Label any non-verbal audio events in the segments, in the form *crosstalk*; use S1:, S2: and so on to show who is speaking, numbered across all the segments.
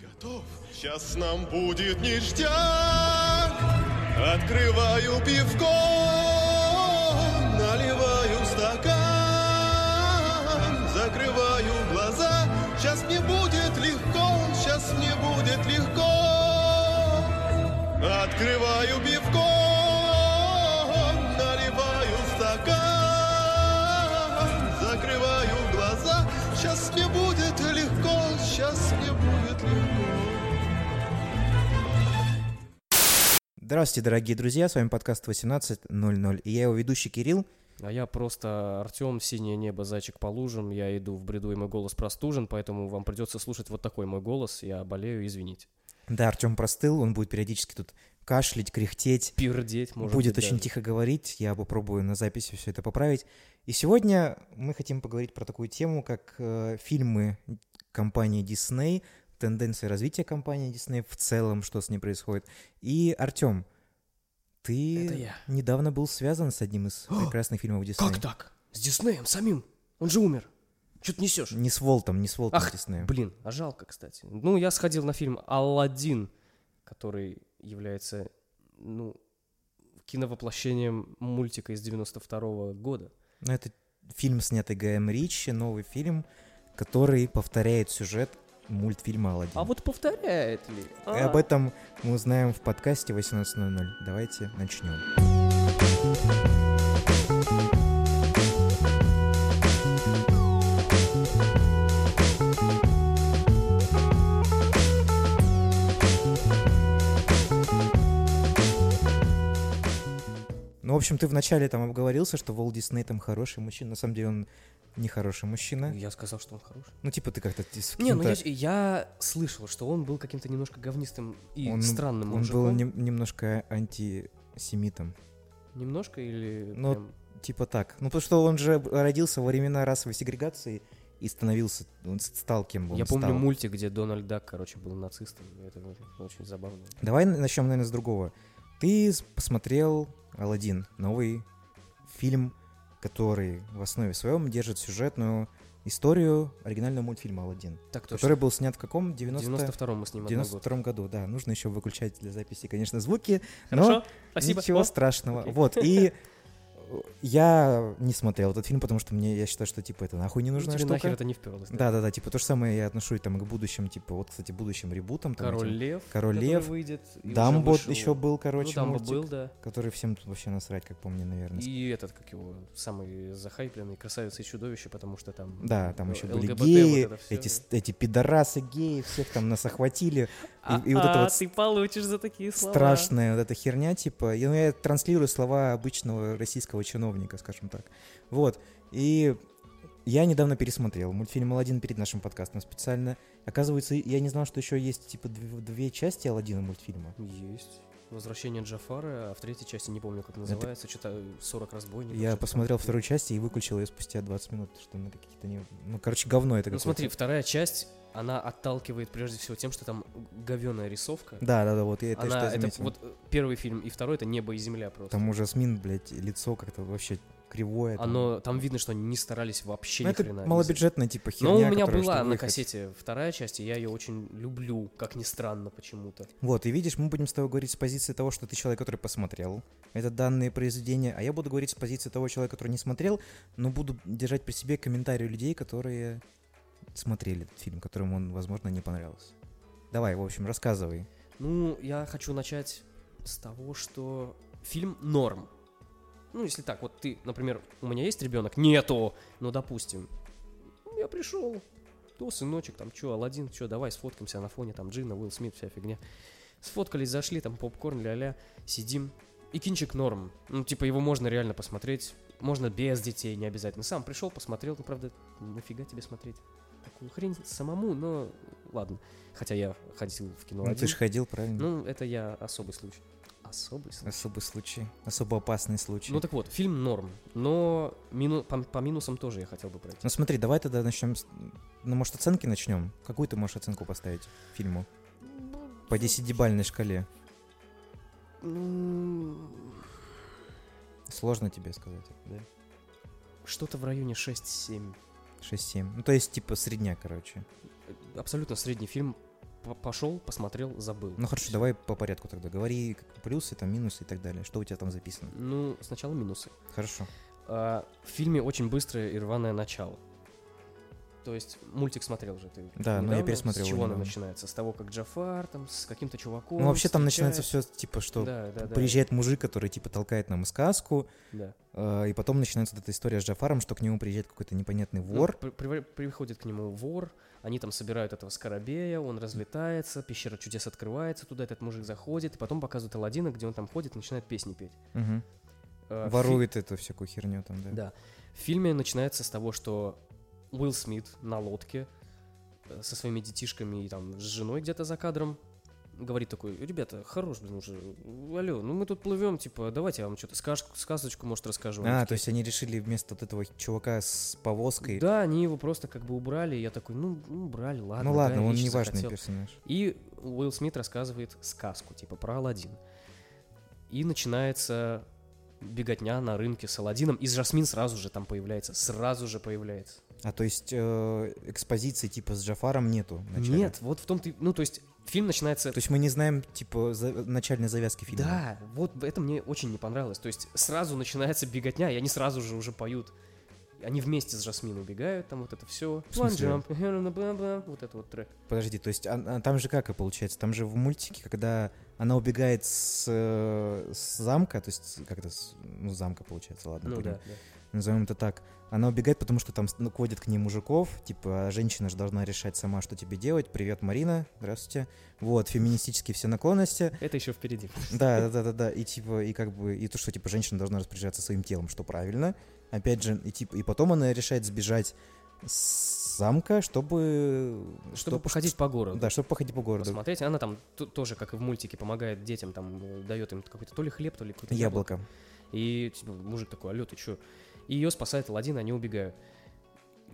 S1: готов. Сейчас нам будет ништяк. Открываю пивко, наливаю в стакан, закрываю глаза. Сейчас мне будет легко, сейчас мне будет легко. Открываю пивко, наливаю в стакан, закрываю глаза. Сейчас мне будет легко, сейчас мне будет легко.
S2: Здравствуйте, дорогие друзья, с вами подкаст 18.00, и я его ведущий Кирилл.
S3: А я просто Артем, синее небо, зайчик по лужам. Я иду в бреду, и мой голос простужен, поэтому вам придется слушать вот такой мой голос. Я болею, извините.
S2: Да, Артем простыл, он будет периодически тут кашлять, кряхтеть,
S3: Пирдеть, может
S2: будет
S3: быть,
S2: очень
S3: даже.
S2: тихо говорить, я попробую на записи все это поправить. И сегодня мы хотим поговорить про такую тему, как э, фильмы компании Disney, тенденции развития компании Disney в целом, что с ней происходит. И, Артем,
S3: Это
S2: ты
S3: я.
S2: недавно был связан с одним
S3: *gasps*
S2: из прекрасных фильмов Disney.
S3: Как так? С Диснеем самим? Он же умер. Че ты несешь?
S2: Не с Волтом, не с Волтом
S3: Ах,
S2: Диснеем.
S3: Блин, а жалко, кстати. Ну, я сходил на фильм «Алладин», который является, ну, киновоплощением мультика из 92 года.
S2: Ну, это фильм, снятый Гаем Ричи, новый фильм, который повторяет сюжет мультфильма «Аладдин».
S3: А вот повторяет ли?
S2: И
S3: А.
S2: об этом мы узнаем в подкасте 18.00. Давайте начнем. Ну, в общем, ты вначале там обговорился, что Волт Дисней там хороший мужчина. На самом деле он не хороший мужчина.
S3: Я сказал, что он хороший.
S2: Ну, типа ты как-то... с
S3: Не, ну
S2: каким-то-
S3: я, я слышал, что он был каким-то немножко говнистым и
S2: Он-
S3: странным
S2: Он
S3: мужиком.
S2: был нем- немножко антисемитом.
S3: Немножко или
S2: Ну,
S3: прям-
S2: Типа так. Ну, потому что он же родился во времена расовой сегрегации и становился, он с- стал кем он
S3: Я помню
S2: стал.
S3: мультик, где Дональд Дак, короче, был нацистом. и Это вот очень забавно.
S2: Давай на- начнем, наверное, с другого. Ты с- посмотрел «Аладдин», новый фильм, который в основе своем держит сюжетную историю оригинального мультфильма «Аладдин»,
S3: Так точно.
S2: который был снят в каком? 90...
S3: В 92-м мы с ним
S2: В
S3: одного года.
S2: 92 году, да. Нужно еще выключать для записи, конечно, звуки. Но
S3: Хорошо, спасибо.
S2: Ну, Ничего
S3: О,
S2: страшного.
S3: окей.
S2: Вот,
S3: *laughs*
S2: и э, я не смотрел этот фильм, потому что мне, я считаю, что, типа, это нахуй не
S3: ну,
S2: нужная
S3: тебе нахер
S2: штука.
S3: это не вперлось. да?
S2: Да-да-да, типа, то же самое я отношу и там к будущим, типа, вот, кстати, будущим ребутам. там,
S3: Король
S2: этим.
S3: Лев.
S2: Король
S3: который
S2: Лев.
S3: выйдет. и уже
S2: Дамбо
S3: вышел.
S2: еще был,
S3: Ну,
S2: короче,
S3: Дамбо
S2: мультик,
S3: был, да.
S2: который всем тут вообще насрать, как по мне, наверное.
S3: И этот, как его, самый захайпленный, красавица и чудовище, потому что там...
S2: Да, там
S3: э,
S2: еще были
S3: ЛГБТ, вот
S2: геи,
S3: это всё.
S2: эти, с- эти пидорасы геи, всех там нас охватили.
S3: А,
S2: и вот это
S3: а,
S2: вот
S3: ты получишь за такие слова.
S2: страшная вот эта херня, типа, я, ну, я транслирую слова обычного российского чиновника, скажем так. Вот, и я недавно пересмотрел мультфильм «Аладдин» перед нашим подкастом специально. Оказывается, я не знал, что еще есть, типа, дв- две части «Аладдина» мультфильма.
S3: Есть. Возвращение Джафара, а в третьей части не помню, как называется, что-то 40 разбойников.
S2: Я
S3: что-то
S2: посмотрел
S3: там.
S2: вторую часть и выключил ее спустя 20 минут, потому что она какие-то не... Ну, короче, говно это
S3: Ну смотри,
S2: какое-то.
S3: вторая часть, она отталкивает прежде всего тем, что там говеная рисовка.
S2: Да-да-да, вот я это,
S3: она,
S2: что я
S3: это
S2: заметил.
S3: вот э, первый фильм и второй это небо и земля просто.
S2: Там уже Смин, блядь, лицо как-то вообще кривое. там.
S3: Оно, там видно, что они не старались вообще
S2: Ну,
S3: ни
S2: это
S3: хрена. не
S2: малобюджетная, типа,
S3: сделать.
S2: херня,
S3: Но у меня
S2: которая,
S3: была
S2: чтобы
S3: на
S2: выехать.
S3: кассете вторая часть, и я ее очень люблю, как ни странно почему-то.
S2: Вот, и видишь, мы будем с тобой говорить с позиции того, что ты человек, который посмотрел это данное произведение, а я буду говорить с позиции того человека, который не смотрел, но буду держать при себе комментарии людей, которые смотрели этот фильм, которым он, возможно, не понравился. Давай, в общем, рассказывай.
S3: Ну, я хочу начать с того, что фильм норм. Ну, если так, вот ты, например, у меня есть ребенок? Нету! Ну, допустим, Ну, я пришел, то сыночек, там, чё, Алладин, чё, давай сфоткаемся на фоне, там, Джина, Уилл Смит, вся фигня. Сфоткались, зашли, там, попкорн, ля-ля, сидим. И кинчик норм. Ну, типа, его можно реально посмотреть. Можно без детей, не обязательно. Сам пришел, посмотрел, ну, правда, нафига тебе смотреть? Такую хрень самому, но ладно. Хотя я ходил в кино
S2: Ну, ты
S3: один.
S2: же ходил, правильно?
S3: Ну, это я особый случай. Особый случай.
S2: Особый случай. Особо опасный случай.
S3: Ну так вот, фильм норм, но мину- по, по минусам тоже я хотел бы пройти.
S2: Ну, смотри, давай тогда начнем с... Ну, может, оценки начнем? Какую ты можешь оценку поставить фильму?
S3: Ну,
S2: По десятибальной шкале. Ну,
S3: М,
S2: Сложно тебе сказать, да?
S3: Что-то в районе 6-7.
S2: 6-7. Ну, то есть, типа, средняк, короче.
S3: Абсолютно средний фильм п- пошел, посмотрел, забыл.
S2: Ну хорошо, давай по порядку тогда. Говори как плюсы, там минусы и так далее. Что у тебя там записано?
S3: Ну, сначала минусы.
S2: Хорошо.
S3: А, в фильме очень быстрое и рваное начало. То есть мультик смотрел же ты.
S2: Да, ну я
S3: недавно.
S2: пересмотрел
S3: С
S2: его
S3: чего оно
S2: недавно.
S3: начинается? С того, как Джафар там с каким-то чуваком.
S2: Ну вообще там начинается
S3: встречается.
S2: все типа, что
S3: Да, да, да.
S2: приезжает мужик, который типа толкает нам сказку,
S3: Да.
S2: э, и потом начинается вот эта история с Джафаром, что к нему приезжает какой-то непонятный
S3: Ну,
S2: вор.
S3: при- при- приходит к нему вор, они там собирают этого скоробея, он разлетается, пещера чудес открывается, туда этот мужик заходит, и потом показывают Аладдина, где он там ходит, и начинает песни петь.
S2: Мгм.
S3: Э, в фи-
S2: Ворует эту всякую херню там, да.
S3: Да. В фильме начинается с того, что Уилл Смит на лодке э, со своими детишками и там с женой где-то за кадром говорит такой, ребята, хорош, блин, уже, алло, ну мы тут плывем, типа, давайте я вам что-то сказочку, может, расскажу. Они
S2: А,
S3: такие,
S2: то есть они решили вместо вот этого чувака с повозкой.
S3: Да, они его просто как бы убрали, и я такой, ну, ну, убрали, ладно.
S2: ну ладно,
S3: Гай
S2: он
S3: Ричи
S2: не важный
S3: захотел».
S2: персонаж.
S3: И Уилл Смит рассказывает сказку, типа про Алладин. И начинается беготня на рынке с Алладином. И Жасмин сразу же там появляется. Сразу же появляется.
S2: А то есть э, экспозиции типа с Джафаром нету в начале?
S3: Нет, вот в том ты... Ну, то есть фильм начинается...
S2: То есть мы не знаем, типа, за- начальной завязки фильма.
S3: Да, вот это мне очень не понравилось. То есть сразу начинается беготня, и они сразу же уже поют. Они вместе с Жасмин убегают, там вот это все.
S2: В смысле?
S3: *laughs* вот это вот трек.
S2: Подожди, то есть а- а там же как и получается? Там же в мультике, когда она убегает с, э, с замка, то есть как это, с, ну, с замка получается, ладно,
S3: Ну
S2: будем-
S3: да, да.
S2: назовем это так. Она убегает, потому что там с- ну, ходят к ней мужиков, типа, а женщина же должна решать сама, что тебе делать. Привет, Марина, здравствуйте. Вот, феминистические все
S3: *laughs*
S2: наклонности.
S3: Это еще впереди.
S2: Да, да, да, да, да. И типа, и как бы, и то, что типа женщина должна распоряжаться своим телом, что правильно. Опять же, и типа, и потом она решает сбежать с замка, чтобы...
S3: Чтобы походить по городу.
S2: Да, чтобы походить по городу.
S3: посмотреть. Она там т- тоже, как и в мультике, помогает детям, там э, дает им какой-то то ли хлеб, то ли какое-то яблоко.
S2: Яблоко.
S3: И типа, мужик такой, алё, ты чё? И ее спасает Аладдин, они убегают.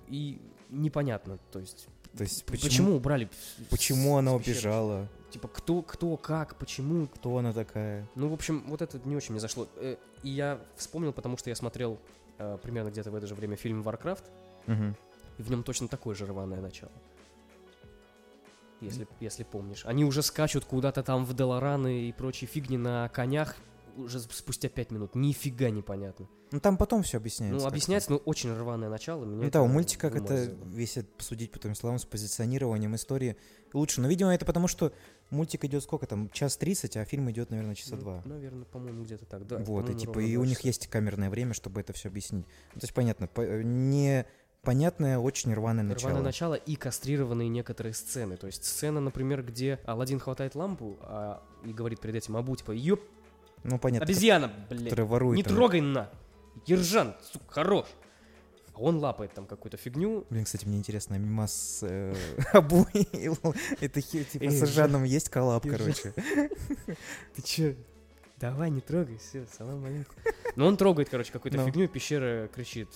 S3: И непонятно, то есть,
S2: То есть
S3: почему,
S2: почему,
S3: убрали? с-
S2: почему
S3: с
S2: она
S3: пещеры?
S2: убежала?
S3: Типа, кто, кто, как, почему?
S2: Кто она такая?
S3: Ну, в общем, вот это не очень мне зашло. Э, И я вспомнил, потому что я смотрел э, примерно где-то в это же время фильм «Варкрафт»,
S2: Мгм.
S3: и в нем точно такое же рваное начало. Если, если помнишь. Они уже скачут куда-то там в Долораны и прочие фигни на конях уже с- спустя пять минут. Нифига непонятно.
S2: Ну там потом все объясняется.
S3: ну,
S2: так
S3: объяснять, ну, очень рваное начало.
S2: что.
S3: Меня
S2: Ну да, у мультика
S3: вымазало.
S2: это весь этот, посудить по твоим словам с позиционированием истории лучше. Но, видимо, это потому, что мультик идет сколько там, час 30, а фильм идет, наверное, часа
S3: Ну,
S2: два.
S3: Наверное, по-моему, где-то так, да.
S2: Вот, и
S3: по-моему,
S2: типа,
S3: ровно
S2: и
S3: два
S2: у них
S3: часа.
S2: есть камерное время, чтобы это все объяснить. Ну, То есть, понятно, по- э, непонятное, очень рваное начало.
S3: Рваное начало и кастрированные некоторые сцены. То есть сцена, например, где Алладин хватает лампу а, и говорит перед этим Абу, типа, ёп,
S2: Ну, понятно,
S3: обезьяна,
S2: ко-
S3: блядь.
S2: которое ворует.
S3: Не
S2: там.
S3: трогай на! Ержан, сука, хорош! А он лапает там какую-то фигню.
S2: Блин, кстати, мне интересно, а мимо с э, *laughs* Абу и Л- это хи- типа
S3: Эй,
S2: с Жаном есть коллаб,
S3: Ержан. *laughs*
S2: короче.
S3: Ты че? Давай, не трогай, все, салам алейкум. Но он трогает, короче, какую-то
S2: Ну.
S3: фигню, и пещера кричит,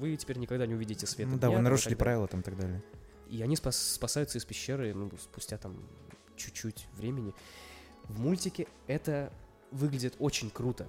S3: вы теперь никогда не увидите света.
S2: Ну да,
S3: дня»,
S2: вы
S3: там и
S2: нарушили
S3: так далее.
S2: правила там и так далее.
S3: И они спас- спасаются из пещеры, ну, спустя там чуть-чуть времени. В мультике это выглядит очень круто.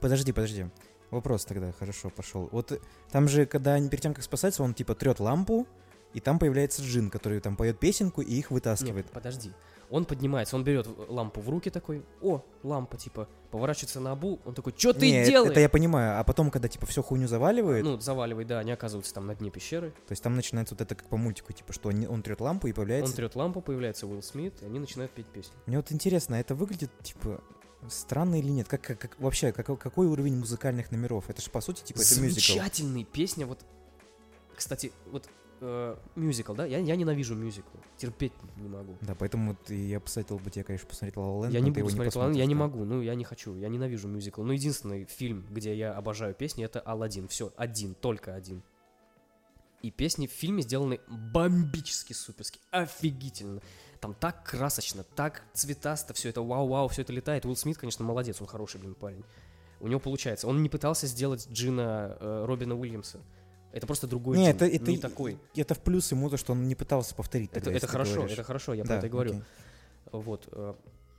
S2: Подожди, подожди. Вопрос тогда, хорошо, пошел. Вот э, там же, когда они перед тем, как спасаться, он типа трет лампу, и там появляется джин, который там поет песенку и их вытаскивает.
S3: Нет, подожди. Он поднимается, он берет лампу в руки такой, о, лампа, типа, поворачивается на Абу, он такой, что ты
S2: Не, это-
S3: делаешь?
S2: Это я понимаю. А потом, когда типа все хуйню заваливает,
S3: Ну, заваливает, да, они оказываются там на дне пещеры.
S2: То есть там начинается вот это как по мультику, типа, что они- он трет лампу и
S3: Он
S2: появляется...
S3: трет лампу, появляется Уилл Смит, и они начинают петь песню.
S2: Мне вот интересно, а это выглядит, типа, странно или нет? Как, как, как- вообще, как- какой уровень музыкальных номеров? Это же, по сути, типа, это мюзикл.
S3: Замечательные песни, вот, кстати, вот э, мюзикл, да? Я, я ненавижу мюзикл, терпеть не могу.
S2: Да, поэтому вот и я посоветовал бы тебе, конечно, посмотреть La La Land,
S3: Я
S2: но
S3: не
S2: ты его
S3: буду смотреть «Ладно», я
S2: посмотришь,
S3: не
S2: да.
S3: могу, ну я не хочу, я ненавижу мюзикл. Но единственный фильм, где я обожаю песни, это Алладин. Все, один, только один. И песни в фильме сделаны бомбически суперски, офигительно. Там так красочно, так цветасто все это, вау-вау, все это летает. Уилл Смит, конечно, молодец, он хороший, блин, парень. У него получается. Он не пытался сделать Джина э, Робина Уильямса. Это просто другой
S2: Не,
S3: Джин,
S2: это, это,
S3: не такой.
S2: это в плюс ему то, что он не пытался повторить.
S3: Это,
S2: тогда,
S3: это
S2: если ты
S3: хорошо,
S2: говоришь.
S3: это хорошо, я
S2: Да,
S3: про это и говорю.
S2: окей.
S3: Вот. э,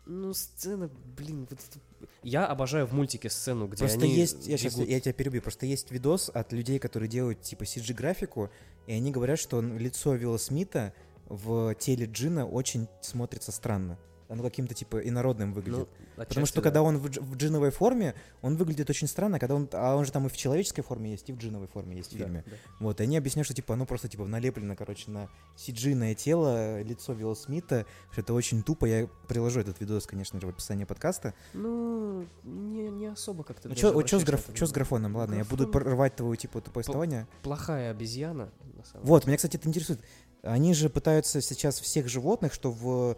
S3: Ну, сцена, блин, вот это- я обожаю в мультике сцену, где
S2: Просто
S3: они
S2: есть, я, щас-
S3: бегут.
S2: я тебя перебью, просто есть видос от людей, которые делают типа CG-графику, и они говорят, что лицо Вилла Смита в теле Джина очень смотрится странно. Оно каким-то типа инородным выглядит.
S3: Ну,
S2: Потому
S3: отчасти
S2: что
S3: да.
S2: когда он в, дж- в джиновой форме, он выглядит очень странно, когда он, а он же там и в человеческой форме есть, и в джиновой форме есть в
S3: Да,
S2: фильме.
S3: да.
S2: Вот, и они объясняют, что типа оно просто типа налеплено, короче, на сиджиное тело, лицо Вилла Смита, что это очень тупо. Я приложу этот видос, конечно же, в описании подкаста.
S3: Ну, не, не особо как-то...
S2: Ну
S3: даже
S2: что с,
S3: обращаешь на
S2: граф,
S3: это
S2: чё с
S3: внимание.
S2: графоном? Ладно, я буду
S3: Графон-
S2: прорывать твою типа повествование.
S3: Плохая обезьяна, на самом
S2: Вот, меня, кстати, это интересует. Они же пытаются сейчас всех животных, что в,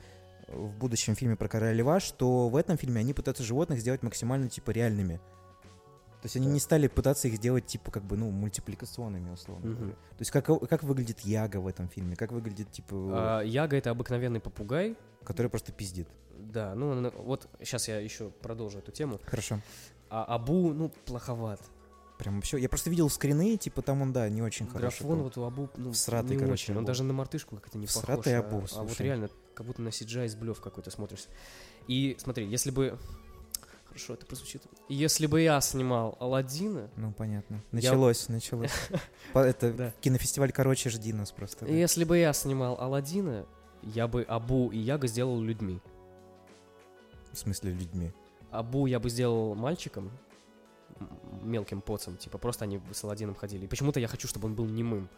S2: в будущем фильме про короля льва, что в этом фильме они пытаются животных сделать максимально, типа, реальными. То есть они не стали пытаться их сделать, типа, как бы, ну, мультипликационными, условно
S3: Мгм.
S2: говоря. То есть как, как выглядит Яга в этом фильме, как выглядит, типа,
S3: А, Яга это обыкновенный попугай.
S2: который просто пиздит.
S3: Да, ну он- вот сейчас я еще продолжу эту тему.
S2: Хорошо.
S3: А Абу, ну, плоховат.
S2: Прям вообще. Я просто видел скрины, типа, там он, да, не очень хороший.
S3: Графон
S2: был.
S3: вот у Абу, ну,
S2: Всратый,
S3: не
S2: короче,
S3: очень. Он
S2: Абу.
S3: даже на мартышку как-то не
S2: Всратый
S3: похож. а-
S2: Абу,
S3: а, вот
S2: слушай.
S3: реально, как будто на CGI из блев какой-то смотришься. И смотри, если бы... Хорошо, это прозвучит. Если бы я снимал Алладина,
S2: Ну, понятно.
S3: Я-
S2: Началось,
S3: *laughs*
S2: началось. По-
S3: Да.
S2: Это кинофестиваль, короче, жди нас просто. да.
S3: если бы я снимал Алладина, я бы Абу и Яга сделал людьми.
S2: В смысле, людьми.
S3: Абу я бы сделал мальчиком, м, мелким поцем, типа просто они бы с Аладдином ходили. И почему-то я хочу, чтобы он был немым.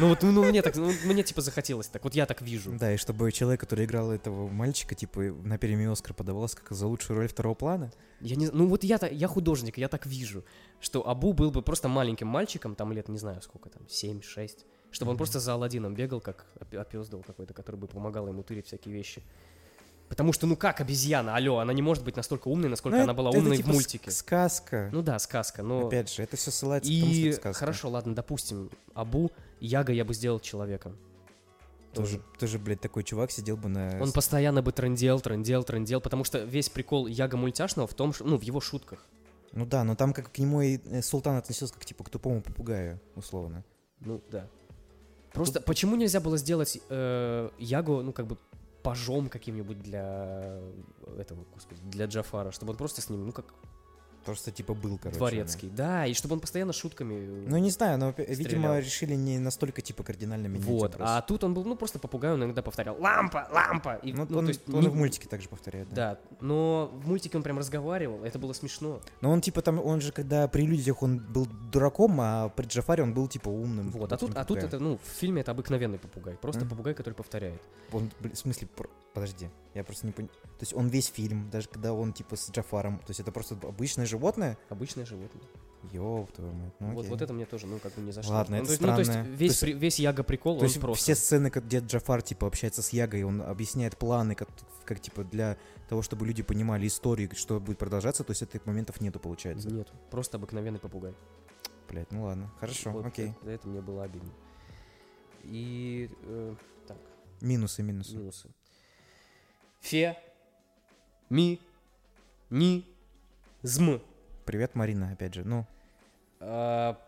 S3: Ну вот, ну, ну, мне так, ну, мне типа захотелось так, вот я так вижу.
S2: Да, и чтобы человек, который играл этого мальчика, типа, на премию Оскар подавался как за лучшую роль второго плана.
S3: Я не, ну вот я, та- я художник, я так вижу, что Абу был бы просто маленьким мальчиком, там лет не знаю сколько, там 7-6, чтобы он
S2: Мгм.
S3: просто за Аладдином бегал, как опе- опездал какой-то, который бы помогал ему тырить всякие вещи. Потому что, ну как обезьяна, алло, она не может быть настолько умной, насколько
S2: Ну,
S3: она была
S2: это
S3: умной
S2: типа
S3: в
S2: ск-
S3: мультике.
S2: Сказка.
S3: Ну да, сказка, но...
S2: Опять же, это все ссылается к тому, что
S3: И
S2: это сказка.
S3: хорошо, ладно, допустим, Абу, Яга я бы сделал человеком.
S2: Тоже, тоже, блядь, такой чувак сидел бы на...
S3: Он постоянно бы трендел, трендел, трендел, потому что весь прикол Яга мультяшного в том, что, ну, в его шутках.
S2: Ну да, но там как к нему и э, Султан относился как, типа, к тупому попугаю, условно.
S3: Ну, да. Просто почему нельзя было сделать э, Ягу, ну, как бы пажом каким-нибудь для этого, господи, для Джафара, чтобы он просто с ним, ну, как
S2: То, что, типа, был, короче.
S3: дворецкий. Да, и чтобы он постоянно шутками...
S2: он. Ну, не знаю, но, э,
S3: Стрелял.
S2: видимо, решили не настолько, типа, кардинально менять
S3: вот,
S2: образ.
S3: а тут он был, ну, просто попугай, он иногда повторял «Лампа! Лампа!» и,
S2: Ну,
S3: ну,
S2: он,
S3: то есть,
S2: он
S3: не-
S2: и в мультике также повторяет, да.
S3: Да, но в мультике он прям разговаривал, это было смешно.
S2: Но он, типа, там, он же, когда при людях он был дураком, а при Джафаре он был, типа, умным.
S3: Вот, а тут, а тут
S2: попугаем.
S3: это, ну, в фильме это обыкновенный попугай, просто
S2: Мгм.
S3: попугай, который повторяет.
S2: Он, блин, в смысле, пр- подожди, я просто не понимаю. То есть он весь фильм, даже когда он типа с Джафаром, то есть это просто обычное животное?
S3: Обычное животное.
S2: Ёб твою мать, ну
S3: Вот,
S2: окей.
S3: вот это мне тоже, ну, как бы не зашло.
S2: Ладно,
S3: ну,
S2: это
S3: то есть, ну, то есть
S2: странное.
S3: весь,
S2: То
S3: при- весь яга прикол,
S2: То есть
S3: он просто.
S2: все сцены, как- где Джафар типа общается с Ягой, он объясняет планы, как, как типа для того, чтобы люди понимали историю, что будет продолжаться, то есть этих моментов нету, получается.
S3: Нет, просто обыкновенный попугай.
S2: Блять, ну ладно, хорошо,
S3: Вот
S2: окей.
S3: это- За это мне было обидно. И, э, так,
S2: Минусы, минусы.
S3: минусы. Фе, ми, ни, зм.
S2: Привет, Марина, опять же. Ну,
S3: А,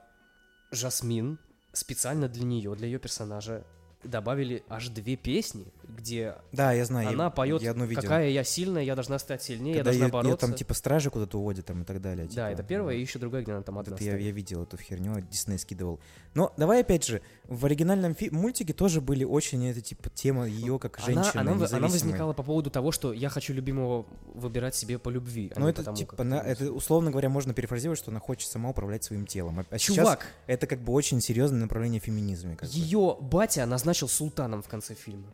S3: Жасмин специально для нее, для ее персонажа, добавили аж две песни, где
S2: да, А, я знаю. я-
S3: она поет
S2: я одну видел.
S3: «Какая я сильная, я должна стать сильнее,
S2: Когда
S3: я должна
S2: её- её
S3: бороться».
S2: там типа стражи куда-то уводят там и так далее.
S3: да,
S2: типа,
S3: это первая,
S2: вот.
S3: и еще другая, где она там одна
S2: Вот это я,
S3: стоит.
S2: я видел эту херню, Дисней скидывал. Но давай опять же, в оригинальном фи- мультике тоже были очень это типа тема ее как
S3: Она-
S2: женщины
S3: она, в- она,
S2: независимой.
S3: возникала по поводу того, что я хочу любимого выбирать себе по любви, а
S2: Но
S3: не
S2: это
S3: потому,
S2: типа,
S3: как
S2: на-
S3: ты любишь.
S2: это условно говоря, можно перефразировать, что она хочет сама управлять своим телом. А, а сейчас
S3: Чувак,
S2: это как бы очень серьезное направление в феминизме. Как бы.
S3: ее батя назначил султаном в конце фильма.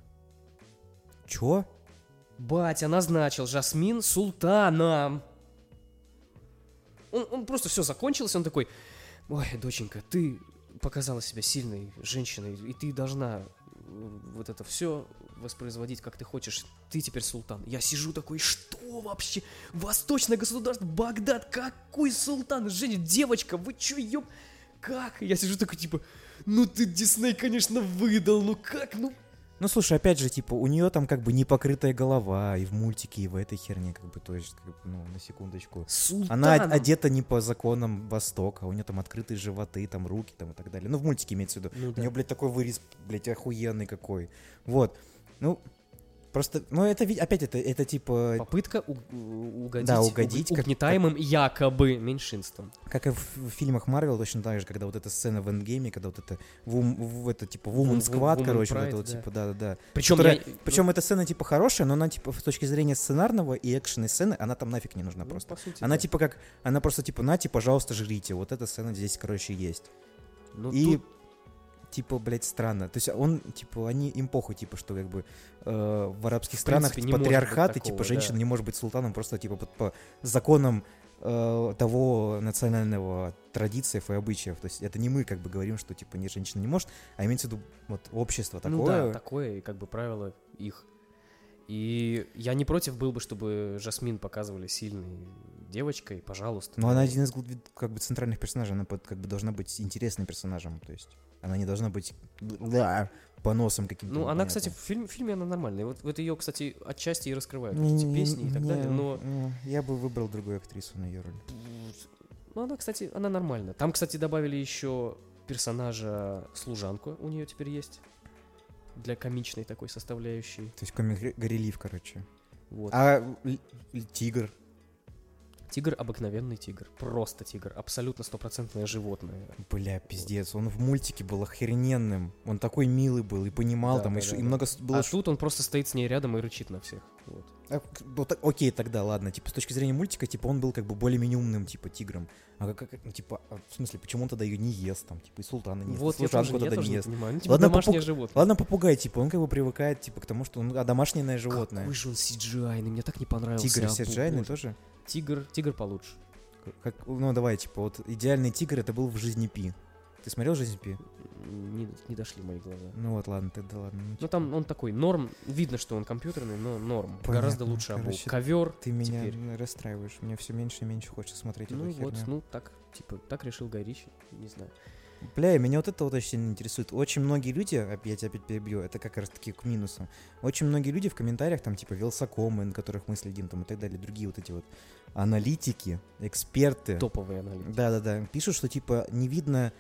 S2: Чё?
S3: Батя а назначил Жасмин султаном. Он, он просто все закончилось, он такой, ой, доченька, ты показала себя сильной женщиной, и ты должна э, вот это все воспроизводить, как ты хочешь. Ты теперь султан. Я сижу такой, что вообще? Восточное государство, Багдад, какой султан? Женя, девочка, вы чё, ёб... Как? Я сижу такой, типа, ну ты, Дисней, конечно, выдал, ну как, ну
S2: Ну слушай, опять же, типа, у нее там как бы непокрытая голова и в мультике, и в этой херне, как бы, то есть, как бы, ну, на секундочку.
S3: султан.
S2: Она од- одета не по законам Востока, у нее там открытые животы, там руки, там и так далее. Ну, в мультике имеется в виду.
S3: Ну
S2: У
S3: да.
S2: нее, блядь, такой вырез, блядь, охуенный какой. Вот. Ну, Просто, ну это, ви- опять, это, это типа,
S3: Попытка уг- у- угодить,
S2: Да, угодить,
S3: уг-
S2: как-
S3: угнетаемым якобы меньшинством.
S2: как и в, в фильмах Марвел, точно так же, когда вот эта сцена в Эндгейме, когда вот это, вум- в, это типа, Woman
S3: Вум-
S2: Squad,
S3: Woman
S2: короче, вот
S3: Pride,
S2: это вот,
S3: да. Ну
S2: типа, да-да-да.
S3: Причем
S2: Которая-
S3: я-
S2: Причем эта сцена типа хорошая, но она типа с точки зрения сценарного и экшенной сцены, она там нафиг не нужна
S3: ну,
S2: просто.
S3: по сути,
S2: Она
S3: да.
S2: типа как, она просто типа, нате, пожалуйста, жрите. Вот эта сцена здесь, короче, есть.
S3: Ну,
S2: и
S3: тут-
S2: типа, блядь, странно. То есть он, типа, они им похуй, типа, что как бы э, в арабских
S3: В
S2: странах
S3: принципе, не
S2: типа,
S3: может быть
S2: патриархат, и
S3: такого,
S2: типа женщина
S3: да.
S2: не может быть султаном просто типа по, по законам э, того национального традициев и обычаев. То есть это не мы как бы говорим, что типа не женщина не может, а имеется в виду вот общество такое.
S3: ну да, такое, и как бы правило их. И я не против был бы, чтобы Жасмин показывали сильной девочкой, пожалуйста.
S2: Но она один из глав- как бы центральных персонажей, она под- как бы должна быть интересным персонажем, то есть она не должна быть да, поносом каким-то.
S3: Ну, она,
S2: непонятным.
S3: кстати, в, фильм- в фильме она нормальная. Вот, вот ее, кстати, отчасти и раскрывают
S2: Не-
S3: эти
S2: не-
S3: песни и так
S2: не, ну,
S3: далее. Но
S2: не, я бы выбрал другую актрису на ее роль.
S3: ну, она, кстати, она нормальная. Там, кстати, добавили еще персонажа служанку. У нее теперь есть для комичной такой составляющей.
S2: То есть комик Горелив, короче.
S3: Вот.
S2: А л- л- Тигр.
S3: Тигр обыкновенный тигр. Просто тигр. Абсолютно стопроцентное животное.
S2: Бля, пиздец, он в мультике был охрененным. Он такой милый был и понимал
S3: Да,
S2: там,
S3: да,
S2: и, ш-
S3: да,
S2: и
S3: да.
S2: много с- было...
S3: а
S2: ш-
S3: тут он просто стоит с ней рядом и рычит на всех. Вот.
S2: А, к- ну, так- окей, тогда, ладно. Типа, с точки зрения мультика, типа, он был как бы более-менее умным, типа, тигром. А как, как- ну, типа, а в смысле, почему он тогда ее не ест, там, типа, и султана не ест,
S3: вот
S2: и
S3: я тоже,
S2: служанку
S3: я
S2: тогда
S3: тоже
S2: не
S3: не
S2: ест.
S3: понимаю. Ну, типа
S2: Ладно,
S3: домашнее
S2: попуг-
S3: животное.
S2: Ладно, попугай, типа, он как бы привыкает, типа, к тому, что он домашнее животное.
S3: Какой же он CGI, мне так не понравился.
S2: Тигр
S3: а,
S2: Сиджайный
S3: боже.
S2: тоже?
S3: Тигр, тигр получше.
S2: Как, ну, давай, типа, вот идеальный тигр это был в жизни Пи. Ты смотрел «Жизнь Пи»?
S3: Не, не дошли мои глаза.
S2: Ну вот, ладно, тогда ладно. ну,
S3: Ну там он такой норм, видно, что он компьютерный, но норм.
S2: Понятно,
S3: Гораздо лучше обул.
S2: короче,
S3: Ковер.
S2: Ты меня
S3: теперь.
S2: н- расстраиваешь. Мне все меньше и меньше хочется смотреть
S3: Ну
S2: эту
S3: вот,
S2: херню.
S3: ну так, типа, так решил Гай Ричи, не знаю.
S2: Бля, и меня вот это вот очень сильно интересует. Очень многие люди, оп- я тебя опять перебью, это как раз таки к минусам. Очень многие люди в комментариях, там, типа, Велсакомы, на которых мы следим, там, и так далее, другие вот эти вот аналитики, эксперты.
S3: Топовый аналитик.
S2: Да-да-да, пишут, что, типа, не видно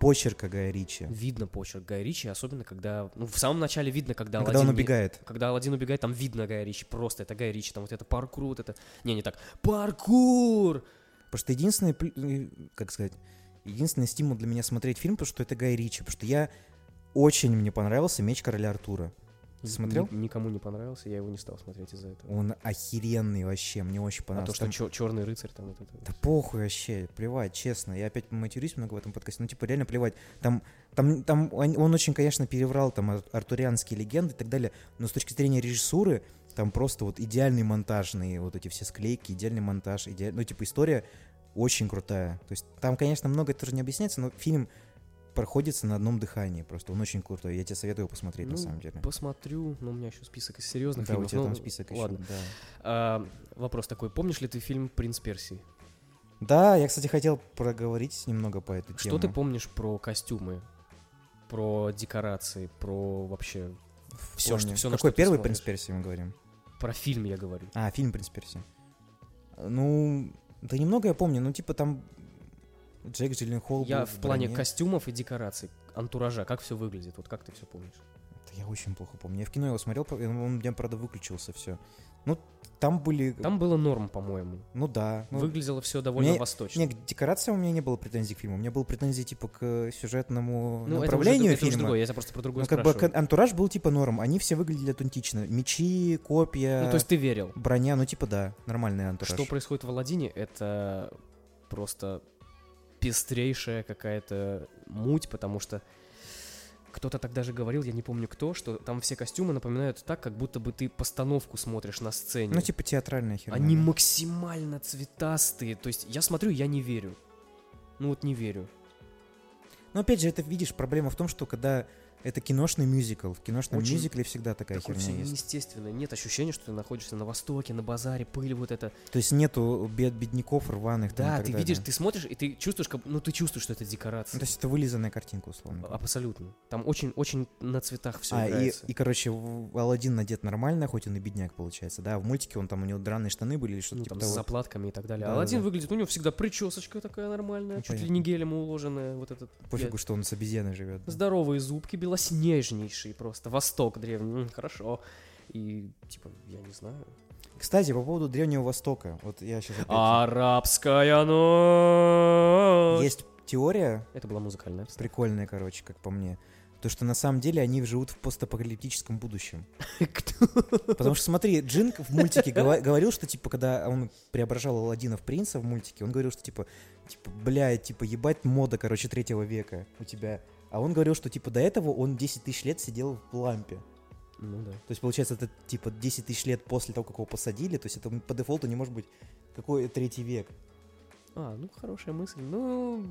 S2: почерка Гая Ричи.
S3: Видно почерк Гай Ричи, особенно когда, ну в самом начале видно, когда
S2: когда он
S3: Аладдин не-
S2: убегает.
S3: Когда Аладдин убегает, там видно Гай Ричи, просто это Гай Ричи, там вот это паркур, вот это... Не, не так. Паркур!
S2: Потому что единственный, плю- э, как сказать, единственный стимул для меня смотреть фильм, потому что это Гай Ричи, потому что я очень мне понравился «Меч короля Артура». Ты смотрел?
S3: Ни- никому не понравился, я его не стал смотреть из-за этого.
S2: Он охеренный вообще, мне очень
S3: а
S2: понравился.
S3: то, что
S2: Там-
S3: черный рыцарь там вот это...
S2: Да похуй вообще, плевать, честно. Я опять матерюсь много в этом подкасте, но типа реально плевать. Там, там, там он, он очень, конечно, переврал там ар- артурианские легенды и так далее, но с точки зрения режиссуры там просто вот идеальный монтажные вот эти все склейки, идеальный монтаж, идеаль... ну типа история очень крутая. То есть там, конечно, многое тоже не объясняется, но фильм проходится на одном дыхании просто. Он очень крутой, я тебе советую его посмотреть на
S3: Ну,
S2: самом деле.
S3: Посмотрю, но у меня еще список из серьезных
S2: Да, у
S3: фильмов,
S2: тебя там
S3: ну,
S2: список еще.
S3: ладно.
S2: Да.
S3: А, вопрос такой, помнишь ли ты фильм «Принц Персии»?
S2: Да, я, кстати, хотел проговорить немного по этой
S3: Что ты
S2: теме.
S3: помнишь про костюмы, про декорации, про вообще...
S2: В
S3: всё, что-
S2: плане-
S3: всё, на
S2: Какой
S3: что ты
S2: первый
S3: смотришь?
S2: «Принц Персии» мы говорим?
S3: Про фильм я говорю.
S2: А, фильм «Принц Перси». Ну, да немного я помню, ну, типа там Джек Джилленхол
S3: я
S2: был
S3: в плане
S2: броне.
S3: костюмов и декораций, антуража, как все выглядит, вот как ты все помнишь?
S2: Да я очень плохо помню. Я в кино его смотрел, по- он у меня, правда, выключился все. Ну, там были...
S3: Там было норм, по-моему.
S2: Ну да. ну,
S3: Выглядело все довольно
S2: мне-
S3: восточно.
S2: Не, к декорациям у меня не было претензий к фильму. У меня был претензии, типа, к сюжетному
S3: Ну, это уже
S2: направлению
S3: друг- это уже
S2: фильма.
S3: другое, я тебя просто про другое
S2: ну, как бы
S3: спрашиваю.
S2: к- антураж был, типа, норм. Они все выглядели аутентично. Мечи, копья,
S3: Ну, то есть ты верил.
S2: броня, ну, типа, да, нормальный антураж.
S3: Что происходит в Аладдине, это просто пестрейшая какая-то муть, потому что кто-то так даже говорил, я не помню кто, что там все костюмы напоминают так, как будто бы ты постановку смотришь на сцене.
S2: Ну, типа, театральная херня.
S3: Они
S2: да.
S3: максимально цветастые. То есть я смотрю, я не верю. Ну вот не верю.
S2: Но опять же, это видишь, проблема в том, что когда это киношный мюзикл, в киношном
S3: Очень
S2: мюзикле всегда такая
S3: Такое
S2: херня
S3: все
S2: есть.
S3: неестественно. Нет ощущения, что ты находишься на Востоке, на базаре, пыль вот это.
S2: То есть нету бед бедняков рваных. там и
S3: Да,
S2: так
S3: ты
S2: далее.
S3: видишь, ты смотришь, и ты чувствуешь, как... ну ты чувствуешь, что это
S2: Ну,
S3: декорация.
S2: то есть это вылизанная картинка, условно. говоря.
S3: Абсолютно. Там очень-очень на цветах все
S2: а, и,
S3: играется.
S2: и, короче, в- Аладдин надет нормально, хоть он и бедняк, получается, да. а В мультике он там, у него драные штаны были или что-то
S3: Ну,
S2: типа
S3: там с
S2: того.
S3: заплатками и так далее.
S2: Да,
S3: Аладдин
S2: да, да.
S3: выглядит, у него всегда причесочка такая нормальная,
S2: Ну,
S3: чуть ли
S2: понятно.
S3: не гелем уложенная, вот этот
S2: Пофигу,
S3: блядь,
S2: что он с обезьяной живет. да.
S3: Здоровые зубки, белоснежнейшие просто, восток древний, м, хорошо. И, типа, я не знаю.
S2: Кстати, по поводу Древнего Востока. Вот я сейчас
S3: Арабская ночь.
S2: Есть теория
S3: Это была музыкальная.
S2: прикольная, короче, как по мне. То, что на самом деле они живут в постапокалиптическом будущем.
S3: *laughs* Кто?
S2: Потому что, смотри, Джинк в мультике гова- говорил, что, типа, когда он преображал Алладина в принца в мультике, он говорил, что, типа, типа, бля, типа, ебать мода, короче, третьего века у тебя. А он говорил, что, типа, до этого он 10 тысяч лет сидел в лампе.
S3: Ну да.
S2: То есть, получается, это, типа, 10 тысяч лет после того, как его посадили, то есть это по дефолту не может быть какой третий век.
S3: А, ну хорошая мысль. Ну,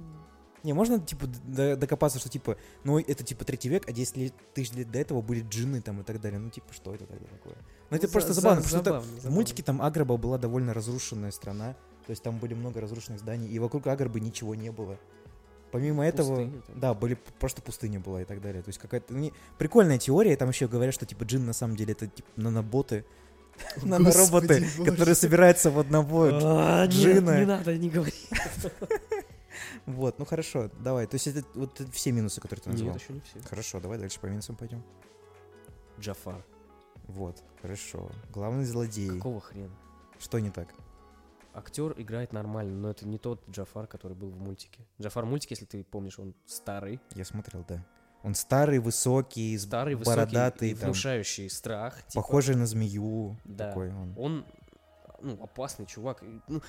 S2: Не, можно, типа, д- докопаться, что, типа, ну, это, типа, третий век, а 10 лет- тысяч лет до этого были джинны там и так далее. Ну, типа, что это тогда такое? Ну, это
S3: за-
S2: просто
S3: за-
S2: забавно, потому что это-
S3: забавно,
S2: В
S3: забавно.
S2: мультике там Аграба была довольно разрушенная страна, то есть там были много разрушенных зданий, и вокруг Аграбы ничего не было. Помимо этого,
S3: Пустыня там.
S2: да, были п- просто пустыня была и так далее. То есть какая-то не- прикольная теория, там еще говорят, что типа джин на самом деле это типа наноботы, *laughs* нанороботы,
S1: Господи, боже.
S2: которые собираются в одного.
S3: А, нет,
S2: Джина.
S3: Не надо, не говори.
S2: Вот, ну хорошо, давай. То есть это вот это все минусы, которые ты
S3: Нет,
S2: назвал.
S3: еще не все.
S2: Хорошо, давай дальше по минусам пойдем.
S3: Джафар.
S2: Вот, хорошо. Главный злодей.
S3: Какого хрена?
S2: Что не так?
S3: Актер играет нормально, но это не тот Джафар, который был в мультике. Джафар в мультике, если ты помнишь, он старый.
S2: Я смотрел, да. Он старый, высокий, с
S3: Старый, высокий,
S2: бородатый,
S3: и
S2: там,
S3: внушающий страх. типа.
S2: похожий на змею.
S3: Да.
S2: Такой он.
S3: Он ну, опасный чувак. И, ну,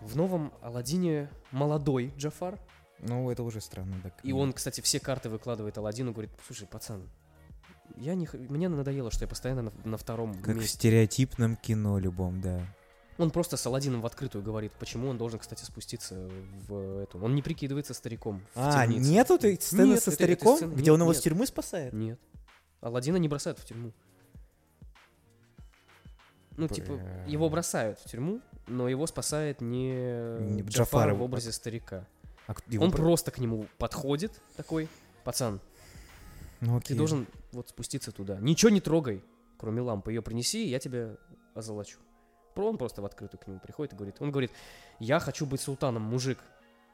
S3: В новом Алладине молодой Джафар.
S2: Ну, это уже странно. Так.
S3: И он, кстати, все карты выкладывает Алладину, говорит, слушай, пацан, я не... х- мне надоело, что я постоянно на, на втором
S2: Как в
S3: месте.
S2: стереотипном кино любом, да.
S3: Он просто с Алладином в открытую говорит, почему он должен, кстати, спуститься в эту. Он не прикидывается стариком. в
S2: А,
S3: темнице.
S2: нету этой сцены
S3: Нет,
S2: со
S3: этой- этой
S2: стариком,
S3: сцены
S2: где
S3: нет,
S2: он его с
S3: нет.
S2: тюрьмы спасает?
S3: Нет. Алладина не бросают в тюрьму. Ну, типа,
S2: Бля.
S3: его бросают в тюрьму, но его спасает не,
S2: Не
S3: Джафар,
S2: Джафар,
S3: в
S2: а-
S3: образе старика.
S2: А к- его
S3: он
S2: про-
S3: просто к нему подходит такой, пацан,
S2: Ну,
S3: ты
S2: окей.
S3: должен вот спуститься туда. Ничего не трогай, кроме лампы. Ее принеси, и я тебя озолочу. Про- Он просто в открытую к нему приходит и говорит. Он говорит, я хочу быть султаном, мужик.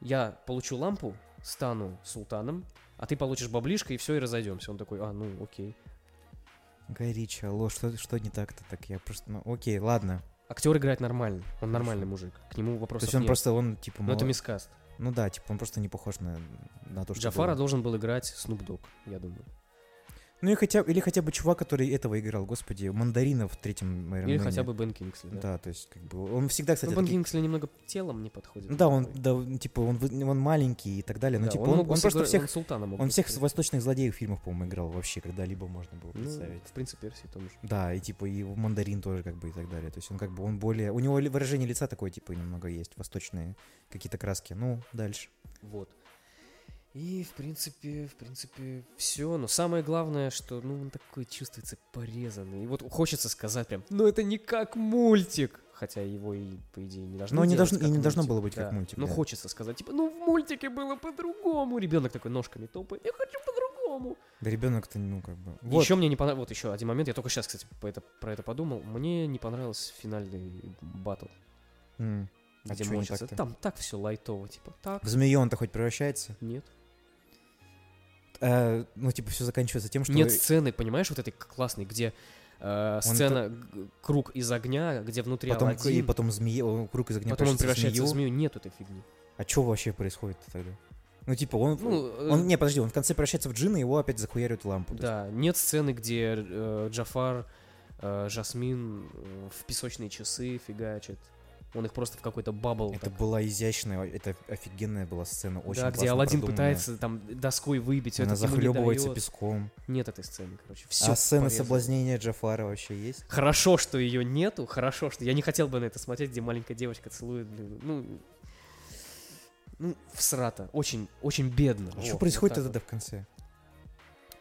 S3: Я получу лампу, стану султаном, а ты получишь баблишко, и все, и разойдемся. Он такой, а, ну, окей.
S2: Гай Ричи, алло, что, что не так-то так? Я просто... Ну, окей, ладно.
S3: Актер играет нормально. Он нормальный мужик. К нему
S2: То
S3: вопросов
S2: есть он
S3: нет.
S2: просто, он, типа...
S3: Но это
S2: мало-
S3: мискаст.
S2: Ну да, типа, он просто не похож на, на то, что
S3: Джафара
S2: было.
S3: должен был играть Snoop Dogg, я думаю.
S2: Ну, и хотя, или хотя бы чувак, который этого играл, господи, Мандарина в третьем Iron
S3: Или
S2: Man'е.
S3: хотя бы Бен Кингсли. Да.
S2: Да. то есть, как бы... Он всегда, кстати,
S3: ну, Бен
S2: такие-
S3: Кингсли немного телом не подходит.
S2: Ну да, он,
S3: такой.
S2: да, он, типа, он, вы- он маленький и так далее, но
S3: Да,
S2: типа
S3: он
S2: он,
S3: мог бы
S2: он просто
S3: сыграть-
S2: всех,
S3: он султаном мог
S2: он
S3: бы
S2: всех
S3: сыграть.
S2: восточных злодеев в фильмах, по-моему, играл вообще, когда-либо можно было
S3: Ну,
S2: представить.
S3: в принципе, Перси тоже.
S2: Да, и типа и в мандарин тоже как бы и так далее. То есть он как бы он более, у него ли- выражение лица такое типа немного есть, восточные какие-то краски. Ну дальше.
S3: Вот. И, в принципе, в принципе, все. Но самое главное, что, ну, он такой чувствуется порезанный. И вот хочется сказать прям, ну, это не как мультик. Хотя его и, по идее, не должно
S2: Но не
S3: делать
S2: должно- и
S3: как
S2: не должно
S3: мультик.
S2: было быть как мультик,
S3: Но
S2: да.
S3: хочется сказать, типа, ну, в мультике было по-другому. Ребенок такой ножками топает, я хочу по-другому.
S2: Да ребенок-то ну как бы. Вот.
S3: Еще мне не понравилось, вот еще один момент, я только сейчас, кстати, по это, про это подумал. Мне не понравился финальный батл,
S2: М. А
S3: где
S2: чё не
S3: мочится.
S2: так-то?
S3: Там так все лайтово, типа, так,
S2: В змею он-то хоть превращается.
S3: нет.
S2: Э, ну типа все заканчивается тем, что
S3: Нет сцены, понимаешь, вот этой к- классной, где э,
S2: Он
S3: сцена г- круг из огня, где внутри
S2: потом к- и
S3: Аладдин,
S2: потом змея, он круг из огня
S3: потом он превращается
S2: превращается
S3: в змею. Нет этой фигни.
S2: А что вообще происходит тогда? Ну типа он,
S3: Ну, э,
S2: он не подожди, он в конце превращается в джина, и его опять захуяривают в лампу. То есть
S3: Да, нет сцены, где э, Джафар, э, Жасмин э, в песочные часы фигачит. Он их просто в какой-то бабл.
S2: Это
S3: так.
S2: была изящная, это офигенная была сцена, очень
S3: да, где
S2: классно
S3: Аладдин
S2: продуманная.
S3: пытается там доской выбить,
S2: Она
S3: это ему не
S2: захлебывается
S3: даёт.
S2: песком.
S3: Нет этой сцены, короче. Все
S2: А сцена соблазнения Джафара вообще есть?
S3: Хорошо, что ее нету, хорошо, что я не хотел бы на это смотреть, где маленькая девочка целует, блин, ну, ну, всрато, очень, очень бедно.
S2: А что происходит тогда в конце?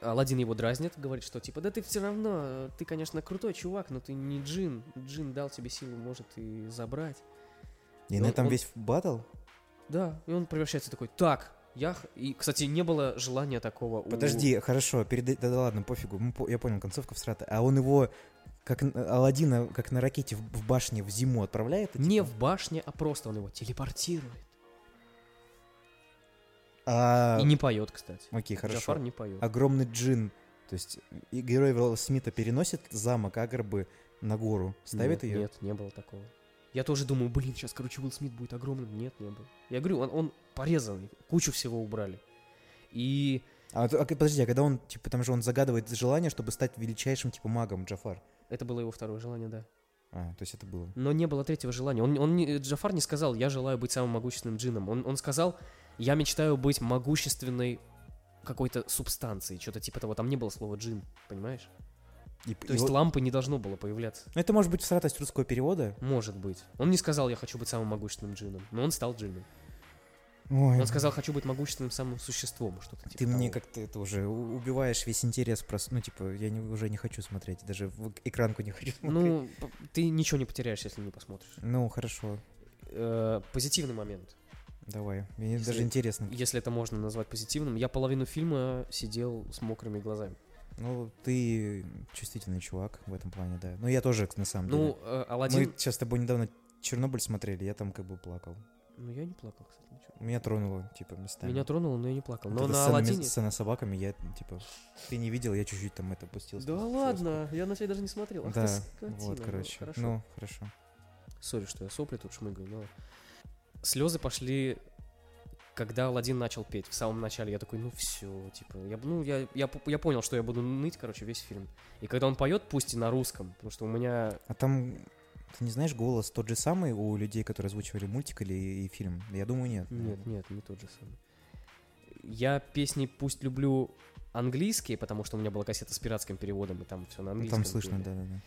S3: Аладдин его дразнит, говорит, что типа, да ты все равно, э, ты, конечно, крутой чувак, но ты не Джин, Джин дал тебе силу, может и забрать.
S2: И
S3: И
S2: на
S3: он-
S2: этом
S3: он-
S2: весь батл?
S3: Да, и он превращается такой, так, я, х- и, кстати, не было желания такого у-
S2: Подожди, хорошо, перед... да, да ладно, пофигу, мы по- я понял, концовка всрата. А он его, как н- Аладдина, как на ракете в, в башне в зиму отправляет? и
S3: не
S2: типа-
S3: в башне, а просто он его телепортирует.
S2: А...
S3: И не поет, кстати.
S2: Окей, А хорошо.
S3: Джафар не поет.
S2: Огромный джин То есть и герой Вилла Смита переносит замок Агрбы на гору, ставит
S3: Нет,
S2: ее.
S3: Нет, не было такого. Я тоже думаю, блин, сейчас, короче, Уилл Смит будет огромным. Нет, не было. Я говорю, он, он порезанный, кучу всего убрали. И
S2: А, то- а к- подожди, а когда он, типа, там же он загадывает желание, чтобы стать величайшим, типа, магом Джафар.
S3: это было его второе желание, да.
S2: А, то есть это было.
S3: Но не было третьего желания. Он, он не- Джафар не сказал, я желаю быть самым могущественным джинном. Он, он сказал, я мечтаю быть могущественной какой-то субстанцией. Что-то типа того. Там не было слова джин, понимаешь?
S2: И- и
S3: То есть
S2: Ну вот-
S3: лампы не должно было появляться.
S2: Ну, это может быть всратость русского перевода.
S3: Может быть. Он не сказал, я хочу быть самым могущественным джинном. Но он стал джинном.
S2: Ой,
S3: Он сказал, хочу быть могущественным самым существом. Что-то типа
S2: ты мне
S3: того.
S2: как-то это уже у- убиваешь весь интерес просто. Ну, типа, я не- уже не хочу смотреть, даже в экранку не хочу смотреть.
S3: Ну, п- ты ничего не потеряешь, если не посмотришь.
S2: Ну, хорошо,
S3: Э, позитивный момент.
S2: давай. Мне
S3: Если-
S2: даже интересно.
S3: Если это можно назвать позитивным. Я половину фильма сидел с мокрыми глазами.
S2: Ну, ты чувствительный чувак в этом плане, да. Ну, я тоже, на самом деле.
S3: Ну, э, Аладдин...
S2: Мы сейчас с тобой недавно Чернобыль смотрели, я там как бы плакал.
S3: Ну, я не плакал, кстати, ничего.
S2: Меня тронуло, типа, местами.
S3: Меня тронуло, но я не плакал.
S2: Вот
S3: Но
S2: эта
S3: на
S2: сцена, мес-
S3: Аладдине...
S2: сцена с собаками, я, типа, ты не видел, я чуть-чуть там это опустился.
S3: Да ладно, я на тебя даже не смотрел. Ах ты
S2: Да,
S3: скотина.
S2: вот,
S3: Ну,
S2: короче.
S3: Хорошо.
S2: Ну, хорошо.
S3: Сори, что я сопли тут шмыгаю, но... Слезы пошли, когда Аладдин начал петь. В самом начале я такой, ну все, типа... Я, ну, я, я, п- я понял, что я буду ныть, короче, весь фильм. И когда он поет, пусть и на русском, потому что у меня...
S2: А там, ты не знаешь, голос тот же самый у людей, которые озвучивали мультик или и фильм? Я думаю, нет. Ну,
S3: Нет, нет, не тот же самый. Я песни «Пусть люблю» английские, потому что у меня была кассета с пиратским переводом, и там все на
S2: Ну,
S3: английском.
S2: Там слышно,
S3: пели.
S2: да-да-да.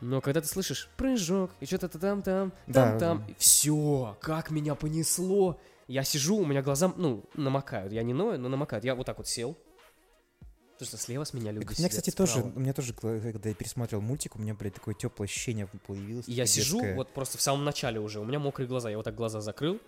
S3: Но когда ты слышишь прыжок, и что-то там, там,
S2: Да.
S3: там, там, все, как меня понесло. Я сижу, у меня глаза, ну, намокают. Я не ною, но намокают. Я вот так вот сел. Потому что слева с меня люди
S2: Так У меня,
S3: сидят,
S2: кстати, тоже,
S3: справа.
S2: у меня тоже, кла- когда я пересмотрел мультик, у меня, блядь, такое теплое ощущение появилось.
S3: И я
S2: такое
S3: сижу,
S2: детское.
S3: вот просто в самом начале уже, у меня мокрые глаза. Я вот так глаза закрыл,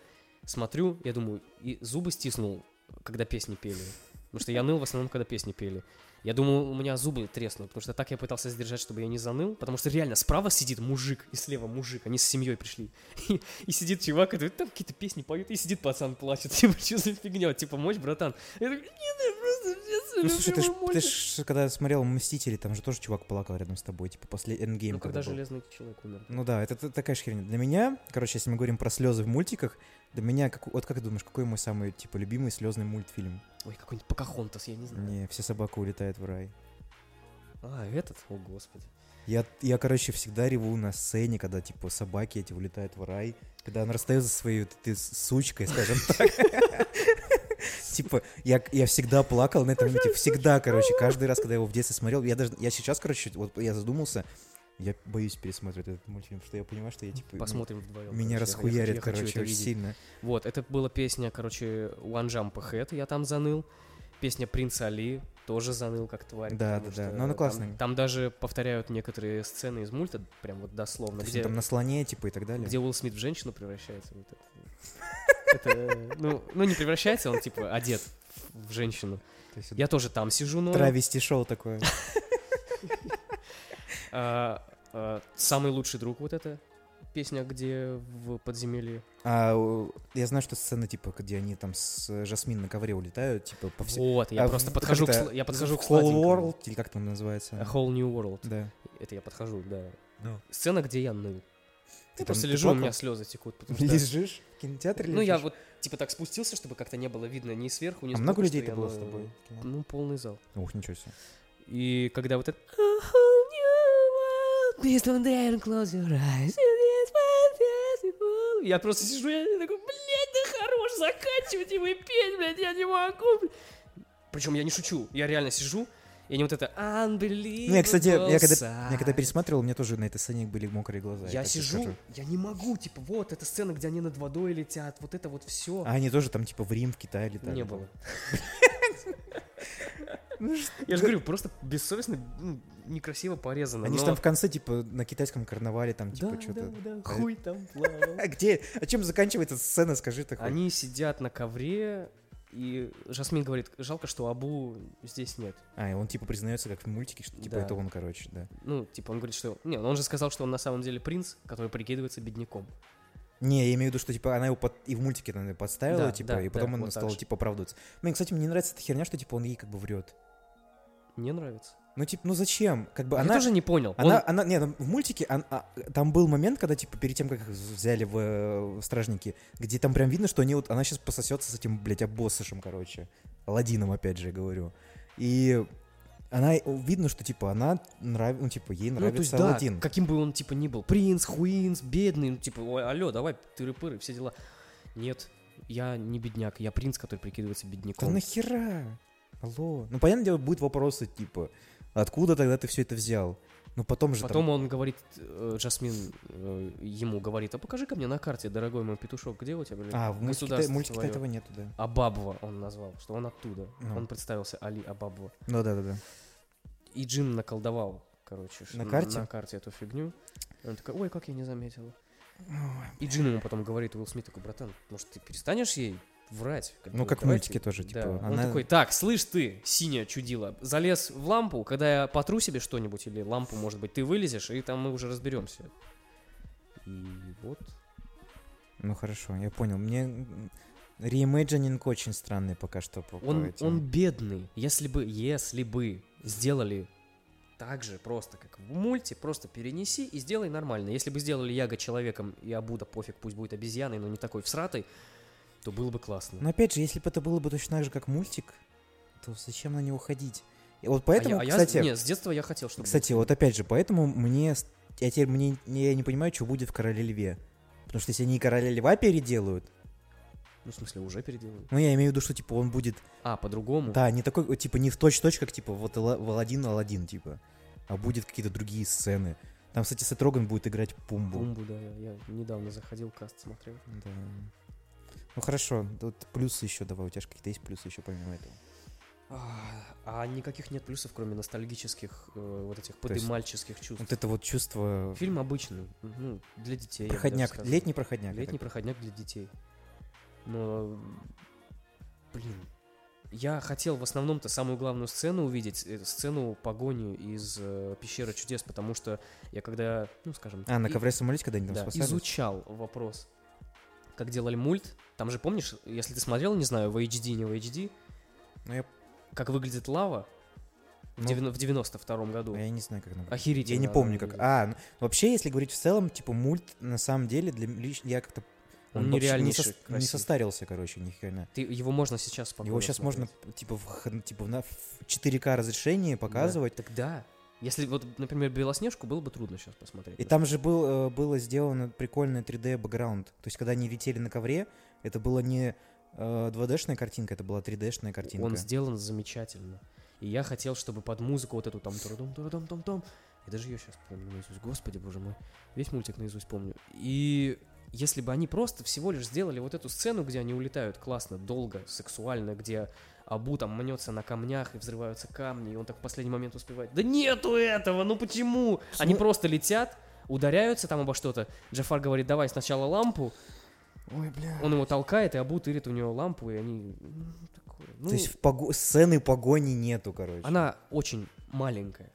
S3: смотрю, я думаю, и зубы стиснул, когда песни пели. Потому что я ныл в основном, когда песни пели. Я думаю, у меня зубы треснут, потому что так я пытался сдержать, чтобы я не заныл. Потому что реально справа сидит мужик и слева мужик, они с семьей пришли. *laughs* И, и сидит чувак, и говорит, там какие-то песни поют, и сидит пацан, плачет. *laughs* Типа, что за фигня? Типа, мочь, братан. Я такой, нет, я просто сейчас
S2: Ну, слушай, ты ж,
S3: люблю
S2: ты
S3: мультик».
S2: ж, когда смотрел «Мстители», там же тоже чувак плакал рядом с тобой, типа, после «Эндгейма».
S3: Ну, когда
S2: был.
S3: железный человек умер.
S2: Ну да, это т- такая же херня. Для меня, короче, если мы говорим про слезы в мультиках, для меня, как, вот как ты думаешь, какой мой самый, типа, любимый слезный мультфильм?
S3: Ой, какой-нибудь Покахонтас, я не знаю.
S2: Не, «Все собака улетает в рай».
S3: А, этот? О, господи.
S2: Я, я, короче, всегда реву на сцене, когда, типа, собаки эти улетают в рай, когда она расстается со своей вот этой с- сучкой, скажем *laughs* так. Типа, я, я всегда плакал на этом моменте, всегда, короче, каждый раз, когда я его в детстве смотрел, я даже, я сейчас, короче, вот я задумался, я боюсь пересматривать этот мультфильм, потому что я понимаю, что я, типа, ну,
S3: Посмотрим
S2: меня
S3: вдвоем. короче, я- я- я
S2: расхуярит,
S3: хочу
S2: короче, очень
S3: это видеть.
S2: сильно.
S3: Вот, это была песня, короче, One Jump Ahead, я там заныл. Песня Принц Али тоже заныл, как тварь.
S2: Да,
S3: потому
S2: да, да.
S3: что
S2: Но она
S3: там-
S2: классная.
S3: Там даже повторяют некоторые сцены из мульта, прям вот дословно,
S2: То есть
S3: где,
S2: он там на слоне, типа, и так далее.
S3: где Уилл Смит в женщину превращается. вот это. Это, ну, ну, не превращается, он типа одет в женщину.
S2: То есть он
S3: Я тоже там сижу, но...
S2: Травести-шоу такое.
S3: а, а, самый лучший друг вот это песня, где в подземелье.
S2: А у- я знаю, что сцены, типа, где они там с Жасмин на ковре улетают, типа, по всей...
S3: Вот, я
S2: А
S3: просто
S2: в-
S3: подхожу к,
S2: как это?
S3: сл- я подхожу к
S2: Whole
S3: сладенькому.
S2: World, или как там называется?
S3: A Whole New World.
S2: Да.
S3: Это я подхожу, да.
S2: Ну.
S3: Сцена, где я
S2: Ты
S3: ныл. Я
S2: там-
S3: ну, просто
S2: ты
S3: лежу, у
S2: плакал? *laughs*
S3: меня слезы текут. потому что-
S2: Лежишь в кинотеатре?
S3: Ну, я
S2: лежишь?
S3: вот типа так спустился, чтобы как-то не было видно ни сверху, ни
S2: А
S3: сбоку,
S2: много людей это
S3: что я
S2: было с
S3: ныл.
S2: тобой? в кино?
S3: Ну, полный зал.
S2: Ух, ничего себе.
S3: И когда вот это... A whole new world, please don't dare close your eyes, it is fantastical. Я просто сижу, я такой, блядь, да хорош, заканчивать его и петь, блядь, я не могу. блядь». Причем я не шучу, я реально сижу, и не вот это unbelievable
S2: Ну, я, кстати, я когда, я когда
S3: sight».
S2: пересматривал, у меня тоже на этой сцене были мокрые глаза.
S3: Я
S2: так тебе
S3: сижу,
S2: скажу.
S3: я не могу, типа, вот эта сцена, где они над водой летят, вот это вот все.
S2: А они тоже там, типа, в Рим, в Китай летали. Ну
S3: не было. Я же говорю, просто бессовестно, ну, некрасиво порезано.
S2: Они же
S3: но-
S2: там в конце, типа, на китайском карнавале там,
S3: Ну, Да,
S2: типа, что-то...
S3: да, да, хуй там плавал.
S2: А где? А чем заканчивается сцена, скажи ты хоть?
S3: Они сидят на ковре, и Жасмин говорит, жалко, что Абу здесь нет.
S2: А, и он типа признается, как в мультике, что типа
S3: Да.
S2: это он, короче, да.
S3: Ну, типа, он говорит, что... Не, ну он же сказал, что он на самом деле принц, который прикидывается бедняком.
S2: Не, я имею в виду, что типа она его под... и в мультике она её подставила,
S3: Да,
S2: типа,
S3: да,
S2: и потом
S3: да,
S2: он
S3: вот так
S2: стал
S3: же.
S2: типа оправдываться. Мне, кстати, мне не нравится эта херня, что типа он ей как бы врет.
S3: Не нравится.
S2: Ну, типа, ну зачем? Как бы
S3: Я
S2: она...
S3: тоже не понял. Он-
S2: Она, она, не, там в мультике он- а, там был момент, когда типа перед тем, как их взяли в, э, в стражники, где там прям видно, что они вот, она сейчас пососется с этим, блядь, обоссышем, короче, Аладдином, опять же, я говорю. И она видно, что типа она нравится, ну типа ей
S3: Ну, то есть,
S2: нравится
S3: да,
S2: Аладдин.
S3: каким бы он, типа, ни был. Принц, хуинс, бедный, ну, типа, ой, алло, давай, тыры-пыры, все дела. Нет, я не бедняк, я принц, который прикидывается
S2: Да
S3: бедняком.
S2: нахера? Алло. Ну понятное дело, будут вопросы типа, откуда тогда ты все это взял? Ну потом же
S3: Потом
S2: там...
S3: он говорит, э, Жасмин э, ему говорит, а покажи ка мне на карте, дорогой мой петушок, где у тебя, блин,
S2: А, в мультике,
S3: государство
S2: мультике-то
S3: твое?»
S2: этого нету, да.
S3: Абабва он назвал, что он оттуда.
S2: Ну.
S3: Он представился Али Абабва.
S2: Ну да, да, да.
S3: И Джин наколдовал, короче, ш-
S2: На карте?
S3: на карте эту фигню. И он такой, ой, как я не заметила. И Джин ему потом говорит, Уилл Смит такой, братан, может, ты перестанешь ей врать?
S2: Ну,
S3: бы,
S2: как в
S3: давай
S2: мультике
S3: ты-»
S2: тоже,
S3: Да.
S2: типа,
S3: Он
S2: она-
S3: такой, так, слышь ты, синяя чудила, залез в лампу, когда я потру себе что-нибудь или лампу, может быть, ты вылезешь, и там мы уже разберемся. И вот.
S2: Ну хорошо, я понял. Мне м, реимейджининг очень странный пока что. По, по
S3: Он,
S2: этим.
S3: он бедный. Если бы, если бы сделали так же просто, как в мульте, просто перенеси и сделай нормально. Если бы сделали Яга человеком и Абуда пофиг, пусть будет обезьяной, но не такой всратой, то было бы классно. А
S2: Но опять же, если бы это было бы точно так же, как мультик, то зачем на него ходить? И вот
S3: А я-
S2: поэтому,
S3: а я,
S2: кстати,
S3: не, с детства я хотел, чтобы...
S2: кстати, вот опять же, поэтому мне, с- я теперь мне, я не понимаю, что будет в Короле Льве. Потому что если они Короля Льва переделают,
S3: Ну, в смысле, уже переделали.
S2: ну я имею в виду, что типа он будет,
S3: А, по-другому?
S2: да, не такой, вот, типа не в точь-точь, как типа вот Ала- в Аладдин, Аладдин, типа, а будет какие-то другие сцены. Там, кстати, Сет Роген будет играть Пумбу.
S3: Бумбу, да, я, я недавно заходил, каст смотрел.
S2: Да. Ну хорошо, тут плюсы еще давай, у тебя же какие-то есть плюсы еще помимо этого.
S3: А, а никаких нет плюсов, кроме ностальгических, э, вот этих
S2: есть-
S3: подымальческих чувств.
S2: Вот это вот чувство
S3: Фильм обычный, ну, для детей. я бы даже
S2: проходняк,
S3: сказал.
S2: летний проходняк. я
S3: Летний
S2: так-
S3: проходняк для детей. Но, м, блин, я хотел в основном-то самую главную сцену увидеть, э, сцену погони из э, «Пещеры чудес», потому что я когда, ну, скажем...
S2: А, на
S3: и-
S2: ковре самолете, когда они там
S3: да,
S2: спасались?
S3: изучал вопрос, как делали мульт, там же, помнишь, если ты смотрел, не знаю, в HD, не в HD,
S2: Ну, я,
S3: как выглядит лава в
S2: Ну.
S3: девяно- в 92 году.
S2: ну, я не знаю, как она выглядит.
S3: Охереть.
S2: Я не помню, как. А, ну, вообще, если говорить в целом, типа мульт, на самом деле, для м- лично я как-то
S3: Он
S2: вообще не,
S3: нереальнейший,
S2: сос- не
S3: красив.
S2: состарился, короче, ни хрена.
S3: Ты, его можно сейчас спокойно
S2: Его сейчас
S3: смотреть.
S2: можно типа в, х- типа на в 4К разрешении показывать.
S3: Да, так да. Если вот, например, Белоснежку было бы трудно сейчас посмотреть.
S2: И
S3: да.
S2: там же был, э, было сделано прикольное 3D бэкграунд. То есть, когда они летели на ковре, это было не э, 2D-шная картинка, это была 3D-шная картинка.
S3: Он сделан замечательно. И я хотел, чтобы под музыку вот эту там турдум турдум том том Я даже ее сейчас помню наизусть. Господи, боже мой. Весь мультик наизусть помню. И если бы они просто всего лишь сделали вот эту сцену, где они улетают классно, долго, сексуально, где Абу там мнется на камнях и взрываются камни, и он так в последний момент успевает. Да нету этого, ну почему?
S2: В
S3: Они
S2: смы-
S3: просто летят, ударяются там обо что-то. Джафар говорит, давай сначала лампу,
S2: Ой, бля.
S3: Он его толкает, и Абу тырит у него лампу, и они... ну, такое. Ну,
S2: То есть в пого- сцены погони нету, короче.
S3: она очень маленькая.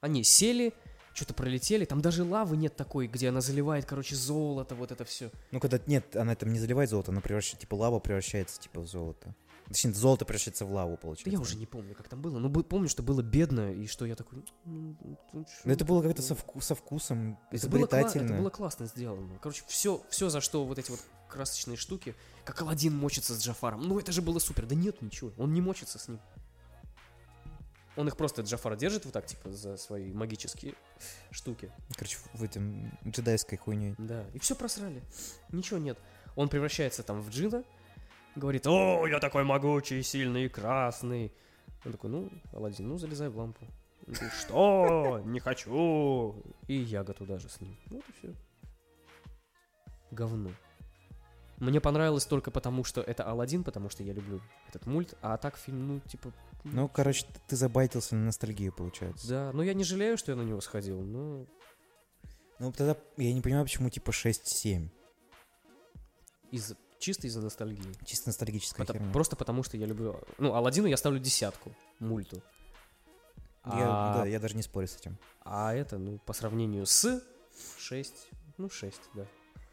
S3: Они сели, что-то пролетели, там даже лавы нет такой, где она заливает, короче, золото, вот это все.
S2: Ну, когда нет, она там не заливает золото, она превращает, типа лава превращается типа в золото. Точнее, золото превращается в лаву, получается.
S3: Да я уже не помню, как там было, но бы- помню, что было бедно, и что я такой... «Ну, ну, чё
S2: Но это было как-то
S3: такое?»
S2: со, вку- со вкусом,
S3: Это было, кла-
S2: изобретательно.
S3: это было классно сделано. Короче, все, все, за что вот эти вот красочные штуки, как Алладин мочится с Джафаром. Ну это же было супер. Да нет, ничего. Он не мочится с ним. Он их просто Джафара держит вот так, типа, за свои магические штуки.
S2: Короче, в этом джедайской хуйне.
S3: Да. И все просрали. Ничего нет. Он превращается там в джина, говорит, о, я такой могучий, сильный и красный. Он такой, ну, Алладин, ну, залезай в лампу. Он такой, Что? Не хочу. И Яга туда же с ним. Вот и все. Говно. Мне понравилось только потому, что это Алладин, потому что я люблю этот мульт, а так фильм, ну, типа...
S2: Ну, короче, т- ты забайтился на ностальгию, получается.
S3: Да, ну я не жалею, что я на него сходил, но...
S2: Ну, тогда я не понимаю, почему типа 6-7.
S3: Из... Чисто из-за ностальгии.
S2: Чисто ностальгическая
S3: Пота-
S2: херня.
S3: Просто потому, что я люблю... Ну, Алладину я ставлю десятку, мульту.
S2: Я,
S3: а...
S2: да, я даже не спорю с этим.
S3: а это, ну, по сравнению с 6, ну, 6, да.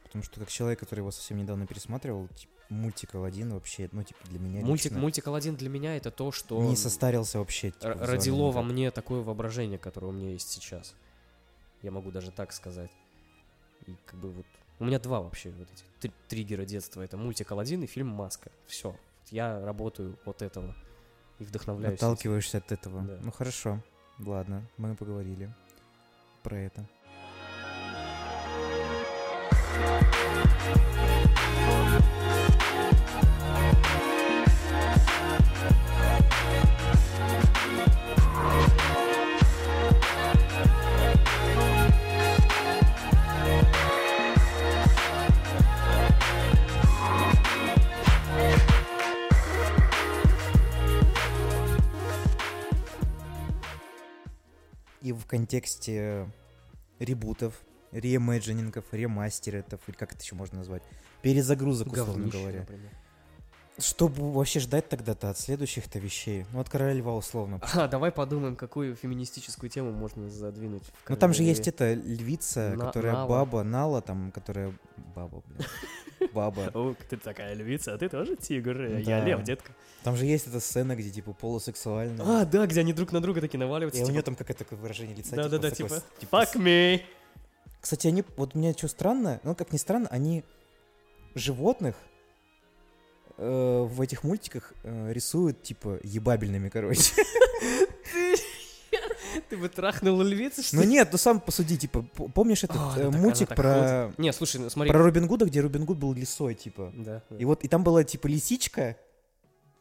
S2: Потому что как человек, который его совсем недавно пересматривал, тип- мультик Алладин вообще, ну, типа, для меня
S3: Мультик,
S2: лично
S3: мультик Алладин для меня это то, что
S2: не состарился вообще. типа,
S3: р-
S2: визуально
S3: родило во
S2: никак.
S3: мне такое воображение, которое у меня есть сейчас. Я могу даже так сказать. И как бы вот у меня два вообще вот этих три- триггера детства. Это мультик Алладин и фильм Маска. Все. Я работаю от этого и вдохновляюсь. этим.
S2: Отталкиваешься от этого.
S3: Да.
S2: Ну хорошо, ладно, мы поговорили про это. И в контексте ребутов, реимейджинингов, ремастеретов, или как это еще можно назвать, перезагрузок, условно
S3: Говнище,
S2: говоря.
S3: например.
S2: Что бу- вообще ждать тогда-то от следующих-то вещей? Ну, от Короля Льва, условно.
S3: А, давай подумаем, какую феминистическую тему можно задвинуть. в
S2: Ну, там же
S3: Королеве.
S2: есть эта львица,
S3: На-
S2: которая
S3: Нала.
S2: баба, Нала, там, которая... Баба, блин.
S3: *laughs*
S2: Баба.
S3: О, ты такая львица, а ты тоже тигр.
S2: Да.
S3: Я лев, детка.
S2: Там же есть эта сцена, где, типа, полусексуальная.
S3: А, да, где они друг на друга такие наваливаются.
S2: И у
S3: типа,
S2: нее там какое-то такое выражение лица.
S3: Да-да-да,
S2: с такой
S3: типа,
S2: с- с-
S3: Fuck me! *laughs*
S2: Кстати, они, вот мне что странно, ну как ни странно, они животных э, в этих мультиках э, рисуют типа ебабельными, короче.
S3: *laughs* Ты бы трахнул львицу, что
S2: Ну
S3: ли?
S2: нет, ну сам посуди, типа, п- помнишь этот
S3: А, она
S2: э,
S3: так-
S2: мультик
S3: она так
S2: про
S3: ходит. Не, слушай, ну смотри.
S2: про Робин Гуда, где Робин Гуд был лисой, типа.
S3: Да.
S2: И вот и там была типа лисичка,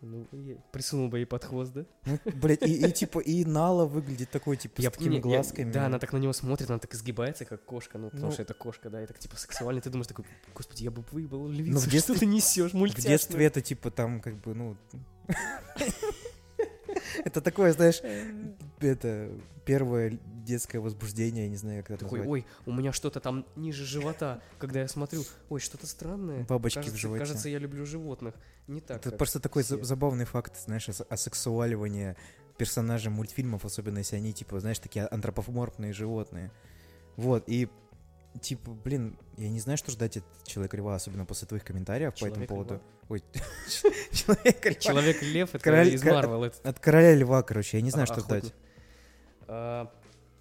S3: Ну, и присунул бы ей под хвост, да?
S2: ну, блядь, и, и, типа и Нала выглядит такой типа с такими
S3: ну, не- я-
S2: глазками.
S3: Да, она так на него смотрит, она так изгибается, как кошка, ну, потому
S2: Ну.
S3: что это кошка, да, и так типа сексуально. Ты думаешь такой, господи, я бы выебал львицу, *laughs*
S2: Ну, в детстве-
S3: что ты несешь,
S2: В
S3: мультяшную?
S2: детстве это типа там как бы ну. *laughs* Это такое, знаешь,
S3: Э.
S2: это первое детское возбуждение, я не знаю, как это
S3: Такой,
S2: назвать.
S3: ой, у меня что-то там ниже живота, *laughs* когда я смотрю, ой, что-то странное.
S2: Бабочки в
S3: Кажется-
S2: животе.
S3: Кажется, я люблю животных. Не так.
S2: Это
S3: как
S2: просто такой за-
S3: все.
S2: забавный факт, знаешь, ос- осексуаливание персонажей мультфильмов, особенно если они, типа, знаешь, такие антропоморфные животные. Вот, и типа, блин, я не знаю, что ждать от Человека Льва, особенно после твоих комментариев по этому
S3: Человека-льва.
S2: поводу. Ой, *laughs* Человека Льва.
S3: Человек-лев, это
S2: Король-
S3: из
S2: кор-
S3: Марвел. это-
S2: От Короля Льва, короче, я не знаю,
S3: а-
S2: что
S3: охотник.
S2: ждать.
S3: А,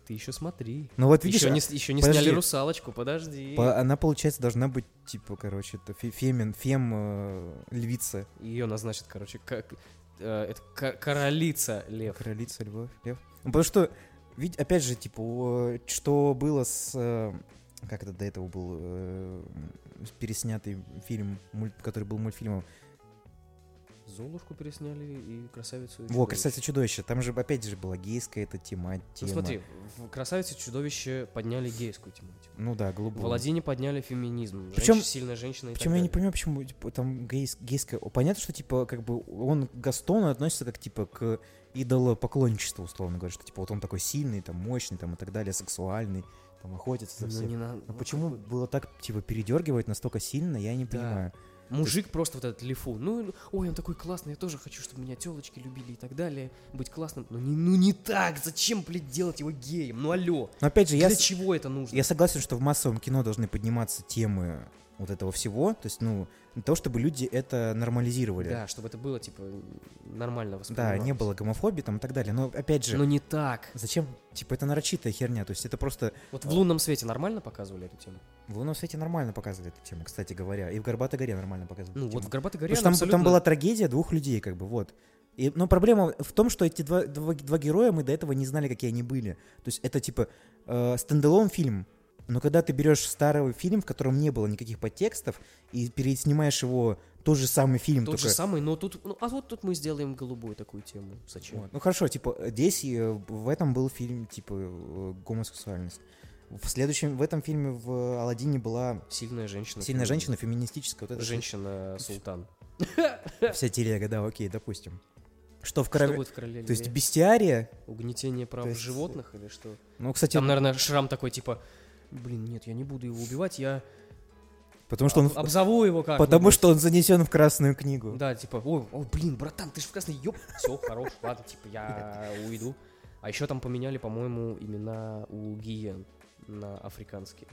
S3: Ты еще смотри.
S2: Ну вот видишь,
S3: Еще не, с- ещё не
S2: подожди.
S3: сняли русалочку, подожди.
S2: По- она, получается, должна быть, типа, короче, это фе- фемен, фем, э, львица.
S3: Ее назначат, короче, как э, это ко- королица лев.
S2: Королица, львов, лев. Ну, потому что, ведь, опять же, типа, у, э, что было с... э, Как это до этого был э, переснятый фильм, муль- который был мультфильмом?
S3: Золушку пересняли и красавицу. и
S2: Во,
S3: чудовище.
S2: «Красавица и чудовище». Там же, опять же, была гейская эта тема.
S3: Ну
S2: тема.
S3: смотри, в красавице и чудовище подняли гейскую тематику.
S2: Ну да,
S3: В
S2: глубоко.
S3: Аладдине подняли феминизм.
S2: Причем-
S3: Женщ- сильная женщина и
S2: Причем
S3: так
S2: я не
S3: далее.
S2: понимаю, почему типа, там гейс- гейская... Понятно, что, типа, как бы он к Гастону относится как, типа, к идолопоклонничеству, условно говоря, что, типа, вот он такой сильный, там, мощный, там, и так далее, сексуальный, там, охотится за
S3: Ну,
S2: всех.
S3: не надо.
S2: Но почему было так, типа, передергивать настолько сильно, я не
S3: Да.
S2: понимаю.
S3: Мужик просто вот этот лифу. Ну, ну, ой, он такой классный, я тоже хочу, чтобы меня телочки любили и так далее. Быть классным. Ну не, ну не так! Зачем, блядь, делать его геем? Ну алло!
S2: Но, опять же, я,
S3: Для
S2: с-
S3: чего это нужно?
S2: я согласен, что в массовом кино должны подниматься темы вот этого всего, то есть, ну, для того, чтобы люди это нормализировали.
S3: Да, чтобы это было, типа, нормально
S2: Да,
S3: воспринималось.
S2: не было гомофобии там и так далее. Но, опять же,
S3: Но Ну, не так.
S2: зачем, типа, это нарочитая херня, то есть, это просто
S3: Вот в лунном свете нормально показывали эту тему?
S2: В «Лунном свете» нормально показывали эту тему, кстати говоря. И в «Горбатой горе» нормально показывали
S3: Ну,
S2: эту
S3: вот в
S2: тему.
S3: «Горбатой горе»
S2: Потому что там,
S3: она
S2: там
S3: абсолютно-
S2: была трагедия двух людей, как бы, вот. И, но проблема в том, что эти два, два, два героя мы до этого не знали, какие они были. То есть это, типа, э, стендалон фильм, но когда ты берешь старый фильм, в котором не было никаких подтекстов, и переснимаешь его тот же самый фильм,
S3: Тот
S2: только...
S3: же самый, но тут... ну, а вот тут мы сделаем голубую такую тему. Зачем?
S2: Вот. Ну хорошо, типа, здесь э, в этом был фильм, типа, э, гомосексуальность. В следующем, в этом фильме в «Аладдине» была
S3: Сильная женщина.
S2: сильная женщина, феминистическая. Вот это всё.
S3: Женщина-султан.
S2: Вся телега, да, окей, допустим. Что в
S3: Что
S2: короле...
S3: будет в короле?
S2: То есть
S3: Льве»?
S2: бестиария...
S3: Угнетение прав
S2: То есть-
S3: животных или что?
S2: Ну, кстати,
S3: Там, наверное, шрам такой, типа... Блин, нет, я не буду его убивать, я
S2: потому что он...
S3: об- обзову его как ну,
S2: Потому что он занесен в Красную книгу.
S3: Да, типа, ой, о, блин, братан, ты же в красный, ёп, все, хорош, ладно, типа,
S2: *laughs*
S3: я уйду. А еще там поменяли, по-моему, имена у гиен на африканские.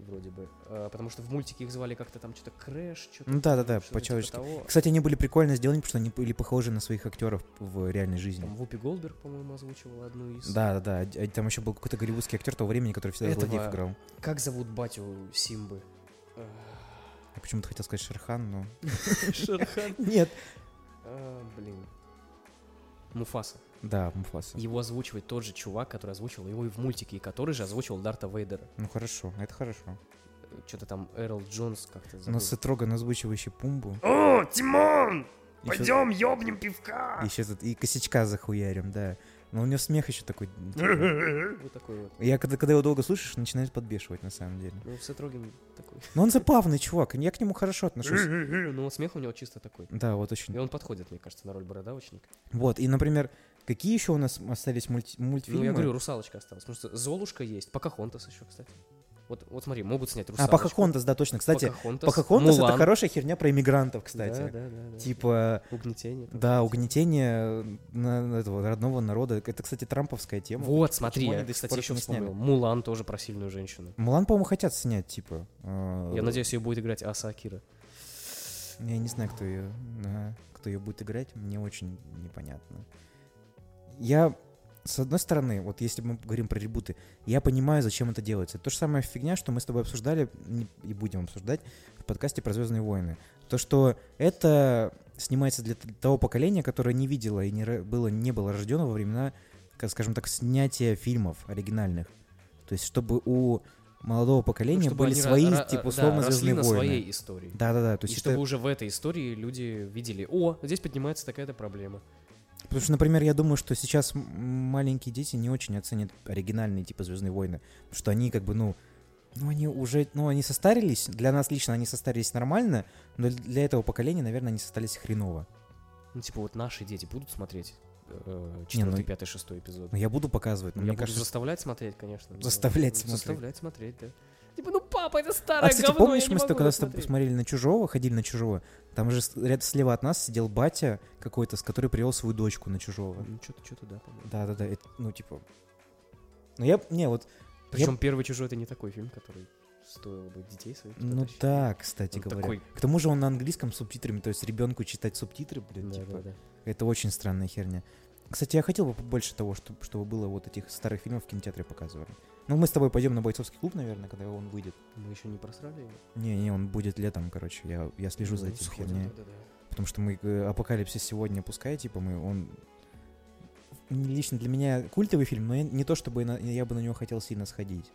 S3: вроде бы. Э, Потому что в мультике их звали как-то там что-то Крэш, что-то...
S2: Ну да, да, да,
S3: что-то
S2: по
S3: типа
S2: человечески.
S3: того.
S2: Кстати, они были прикольно сделаны, потому что они были похожи на своих актеров в реальной жизни.
S3: Там Вупи Голдберг, по-моему, озвучивал одну из...
S2: Да, да, да. а- а Там еще был какой-то голливудский актер того времени, который всегда
S3: Этого-
S2: злодеев играл.
S3: Как зовут батю Симбы? Э,
S2: Я почему-то хотел сказать Шерхан, но...
S3: *laughs* Шерхан.
S2: *laughs* Нет.
S3: А, Блин. Муфаса.
S2: Да, Муфаса.
S3: Его озвучивает тот же чувак, который озвучивал его и в мультике, и который же озвучивал Дарта Вейдера.
S2: Ну хорошо, это хорошо.
S3: Что-то там Эрл Джонс как-то
S2: У
S3: забыл.
S2: нас Сетроган, озвучивающий Пумбу.
S3: О, Тимон!
S2: Ещё-
S3: ёбнем пивка!
S2: Еще тут и косячка захуярим, да. Но у него смех еще
S3: *laughs*
S2: такой...
S3: Вот такой вот.
S2: Я когда, когда его долго слышишь, начинает подбешивать на самом деле.
S3: Ну, Сетрогин такой.
S2: Но он забавный чувак, я к нему хорошо
S3: *laughs*
S2: отношусь.
S3: Ну, смех у него чисто такой.
S2: Да, вот очень.
S3: И он подходит, мне кажется, на роль бородавочника.
S2: Вот, и, например, какие еще у нас остались мульти- мультфильмы? А,
S3: Ну, я говорю, русалочка осталась. Потому что Золушка есть. Покахонтас еще, кстати. Вот, вот смотри, могут снять
S2: а,
S3: русалочку.
S2: Пахахонтас, да, точно. Кстати,
S3: Покахонтас,
S2: Пахахонтас это
S3: Мулан.
S2: хорошая херня про иммигрантов,
S3: Да,
S2: кстати.
S3: да, да, да.
S2: Типа,
S3: Угнетение. там.
S2: да, угнетение на- на этого родного народа. Это, кстати, трамповская тема.
S3: Вот, смотри,
S2: Почему
S3: я,
S2: они до сих
S3: кстати,
S2: пор
S3: еще
S2: это не сняли?
S3: вспомнил. Мулан тоже про сильную женщину.
S2: Мулан, по-моему, хотят снять, типа. э,
S3: Я надеюсь, ее будет играть Аса Акира.
S2: Ну, Я не знаю, кто ее, кто ее будет играть, мне очень непонятно. Я, с одной стороны, вот если мы говорим про ребуты, я понимаю, зачем это делается. Это то же самая фигня, что мы с тобой обсуждали не- и будем обсуждать в подкасте про Звездные войны. То, что это снимается для т- того поколения, которое не видело и не, ро- было, не было рождено во времена, как, скажем так, снятия фильмов оригинальных. То есть, чтобы у молодого поколения
S3: Ну, чтобы
S2: были
S3: они ра-
S2: свои,
S3: ра-
S2: типа,
S3: да,
S2: условно,
S3: росли
S2: Звездные
S3: на
S2: войны.
S3: своей истории.
S2: Да-да-да, то
S3: и
S2: есть
S3: чтобы
S2: это-
S3: уже в этой истории люди видели, о, здесь поднимается такая-то проблема.
S2: Потому что, например, я думаю, что сейчас м- маленькие дети не очень оценят оригинальные типа Звездные войны. Потому что они как бы, ну, ну они уже, ну они состарились. Для нас лично они состарились нормально, но для этого поколения, наверное, они состарились хреново.
S3: Ну, типа, вот наши дети будут смотреть э,
S2: Не, ну,
S3: четвертый, пятый, шестой эпизод. Ну,
S2: Но я буду показывать, но
S3: Я
S2: мне
S3: буду
S2: кажется...
S3: заставлять смотреть, конечно. но-
S2: Заставлять смотреть.
S3: Заставлять смотреть, да. Типа, ну, папа, это старое
S2: А, кстати,
S3: говно,
S2: помнишь,
S3: я не
S2: мы с
S3: могу
S2: тобой
S3: это
S2: когда с тобой
S3: смотреть.
S2: смотрели на Чужого, ходили на Чужого, там же с- ряд- слева от нас сидел батя какой-то, с который привел свою дочку на Чужого.
S3: Ну, что-то, что-то, да, по-моему.
S2: Да-да-да, это, ну, типа... Ну, я... Не, вот...
S3: Причем «Первый чужой» — это не такой фильм, который стоило бы детей своих туда
S2: Ну
S3: тащить.
S2: да, кстати
S3: Он
S2: говоря.
S3: такой-
S2: К тому же он на английском с субтитрами, то есть ребенку читать субтитры, блин,
S3: Да,
S2: типа,
S3: да, да.
S2: это очень странная херня. Кстати, я хотел бы побольше того, чтобы, чтобы было вот этих старых фильмов в кинотеатре показывали. Ну, мы с тобой пойдем на бойцовский клуб, наверное, когда он выйдет.
S3: Мы еще не просрали его.
S2: Не-не, он будет летом, короче, я, я слежу за
S3: Ну,
S2: этим
S3: сходим,
S2: херней.
S3: да, да, да.
S2: Потому что мы э, Апокалипсис сегодня пускай, типа, мы он не лично для меня культовый фильм, но я- не то чтобы на- я бы на него хотел сильно сходить.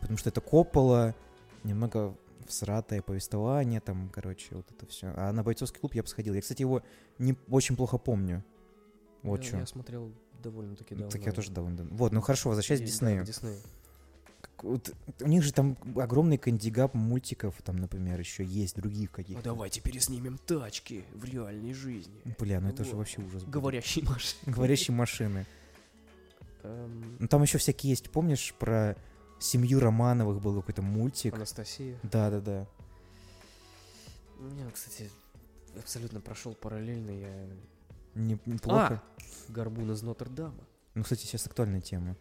S2: Потому что это Коппола, немного всратое повествование, там, короче, вот это все. А на бойцовский клуб я бы сходил. Я, кстати, его не очень плохо помню. Вот
S3: Э, Ну, я,
S2: что.
S3: я смотрел довольно-таки давно.
S2: Так я тоже довольно. давно. Вот, ну хорошо, возвращаясь к
S3: И- да,
S2: Диснею.
S3: к Диснею.
S2: Как- вот у них же там огромный кандигап мультиков, там, например, еще есть других
S3: А
S2: каких-то.
S3: давайте переснимем тачки в реальной жизни.
S2: Бля, ну это же
S3: Вот.
S2: вообще ужас. будет.
S3: Говорящие машины.
S2: Говорящие машины.
S3: Эм,
S2: Ну там еще всякие есть, помнишь, про семью Романовых был какой-то мультик.
S3: Анастасия.
S2: Да, да, да.
S3: У меня, кстати, абсолютно прошел параллельно я...
S2: Не, неплохо.
S3: А. Горбун из Нотр-Дама.
S2: Ну, кстати, сейчас актуальная тема.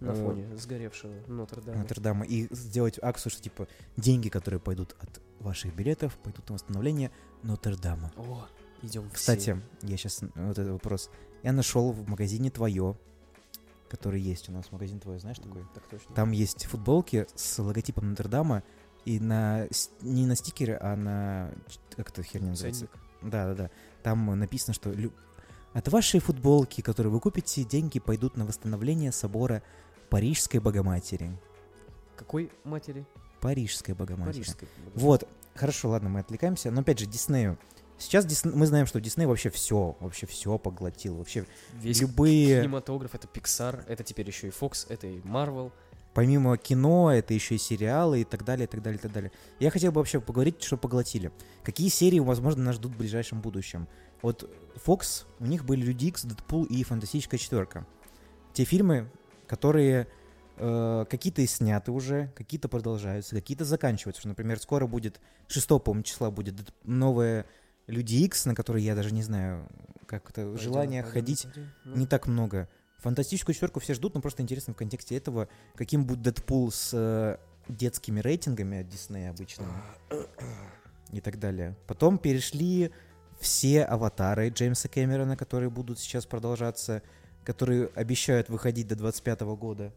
S3: На
S2: Э,
S3: фоне сгоревшего Нотр-Дама.
S2: Нотр-Дама. И сделать акцию, что типа деньги, которые пойдут от ваших билетов, пойдут на восстановление Нотр-Дама.
S3: О, идем
S2: Кстати, я сейчас вот этот вопрос. Я нашел в магазине твое, который есть у нас, магазин твое, знаешь такой?
S3: Так точно.
S2: Там есть футболки с логотипом Нотр-Дама и на с- не на стикере, а на ч- как это херня называется?
S3: Ценник.
S2: Да, да, да. Там э, написано, что лю- от вашей футболки, которую вы купите, деньги пойдут на восстановление собора Парижской Богоматери.
S3: Какой матери?
S2: Парижской Богоматери.
S3: Парижской.
S2: Вот, хорошо, ладно, мы отвлекаемся. Но опять же, Диснею. Сейчас Дисн- мы знаем, что Дисней вообще все, вообще все поглотил, вообще
S3: Весь
S2: любые,
S3: кинематограф, это Pixar, это теперь еще и Fox, это и Marvel.
S2: помимо кино, это еще и сериалы и так далее, и так далее, и так далее. Я хотел бы вообще поговорить, что поглотили. Какие серии, возможно, нас ждут в ближайшем будущем? Вот Fox, у них были Люди Икс, Дэдпул и Фантастическая четверка. Те фильмы, которые э, какие-то и сняты уже, какие-то продолжаются, какие-то заканчиваются. Что, например, скоро будет 6 по-моему, числа будет Дэд- новая Люди Икс, на которые я даже не знаю, как это
S3: Пойдем,
S2: желание
S3: пойдем,
S2: ходить
S3: пойдем. Ну,
S2: не так много. Фантастическую четверку все ждут, но просто интересно в контексте этого, каким будет Дэдпул с э, детскими рейтингами от Диснея обычными и так далее. Потом перешли все аватары Джеймса Кэмерона, которые будут сейчас продолжаться, которые обещают выходить до 25 года.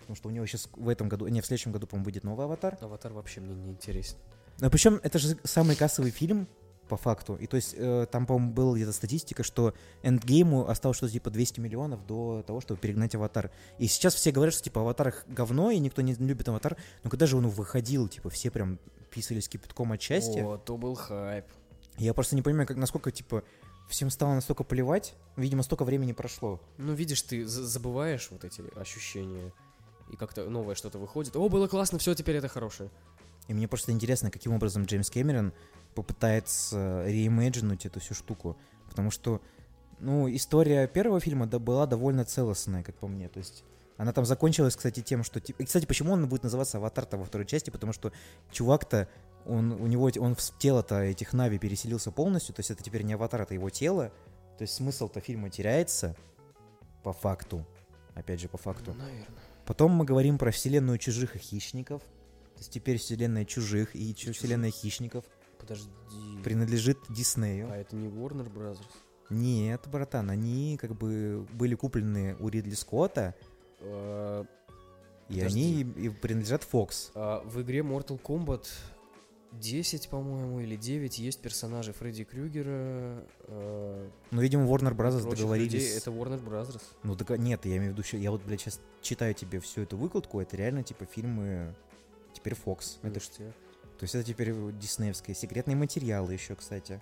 S2: Потому что у него сейчас в этом году, не, в следующем году, по-моему, выйдет новый аватар.
S3: Аватар вообще мне не интересен.
S2: Но причем А это же самый кассовый фильм, по факту. И то есть э, там, по-моему, была где-то статистика, что эндгейму осталось что-то типа 200 миллионов до того, чтобы перегнать аватар. И сейчас все говорят, что типа аватар говно, и никто не любит аватар. Но когда же он выходил, типа все прям писались кипятком от счастья.
S3: О, то был хайп.
S2: Я просто не понимаю, как, насколько типа всем стало настолько плевать. Видимо, столько времени прошло.
S3: Ну, видишь, ты за- забываешь вот эти ощущения. И как-то новое что-то выходит. О, было классно, все, теперь это хорошее.
S2: И мне просто интересно, каким образом Джеймс Кэмерон попытается реимеджинуть эту всю штуку. Потому что, ну, история первого фильма да, была довольно целостная, как по мне. То есть она там закончилась, кстати, тем, что... тип- И, кстати, почему он будет называться Аватар-то во второй части? Потому что чувак-то, он, у него, он в тело-то этих Нави переселился полностью. То есть это теперь не Аватар, это его тело. То есть смысл-то фильма теряется по факту. Опять же, по
S3: Ну,
S2: факту.
S3: Наверное.
S2: Потом мы говорим про вселенную чужих и хищников. То есть теперь вселенная чужих и чу-
S3: Чужих.
S2: вселенная хищников
S3: Подожди.
S2: принадлежит Диснею.
S3: А это не Warner Brothers?
S2: Нет, братан, они как бы были куплены у Ридли Скотта,
S3: Э,
S2: и они
S3: Подожди.
S2: и принадлежат Фокс.
S3: а В игре Mortal Kombat 10, по-моему, или 9 есть персонажи Фредди Крюгера. э,
S2: Но, Ну, видимо, Warner Bros.
S3: прочих людей.
S2: договорились.
S3: Это Warner Brothers.
S2: Ну, дога- нет, я имею в виду, щ- я вот, блядь, сейчас читаю тебе всю эту выкладку, это реально, типа, фильмы теперь Фокс. Это ж-
S3: Ништяк.
S2: То есть это теперь диснеевские секретные материалы еще, кстати.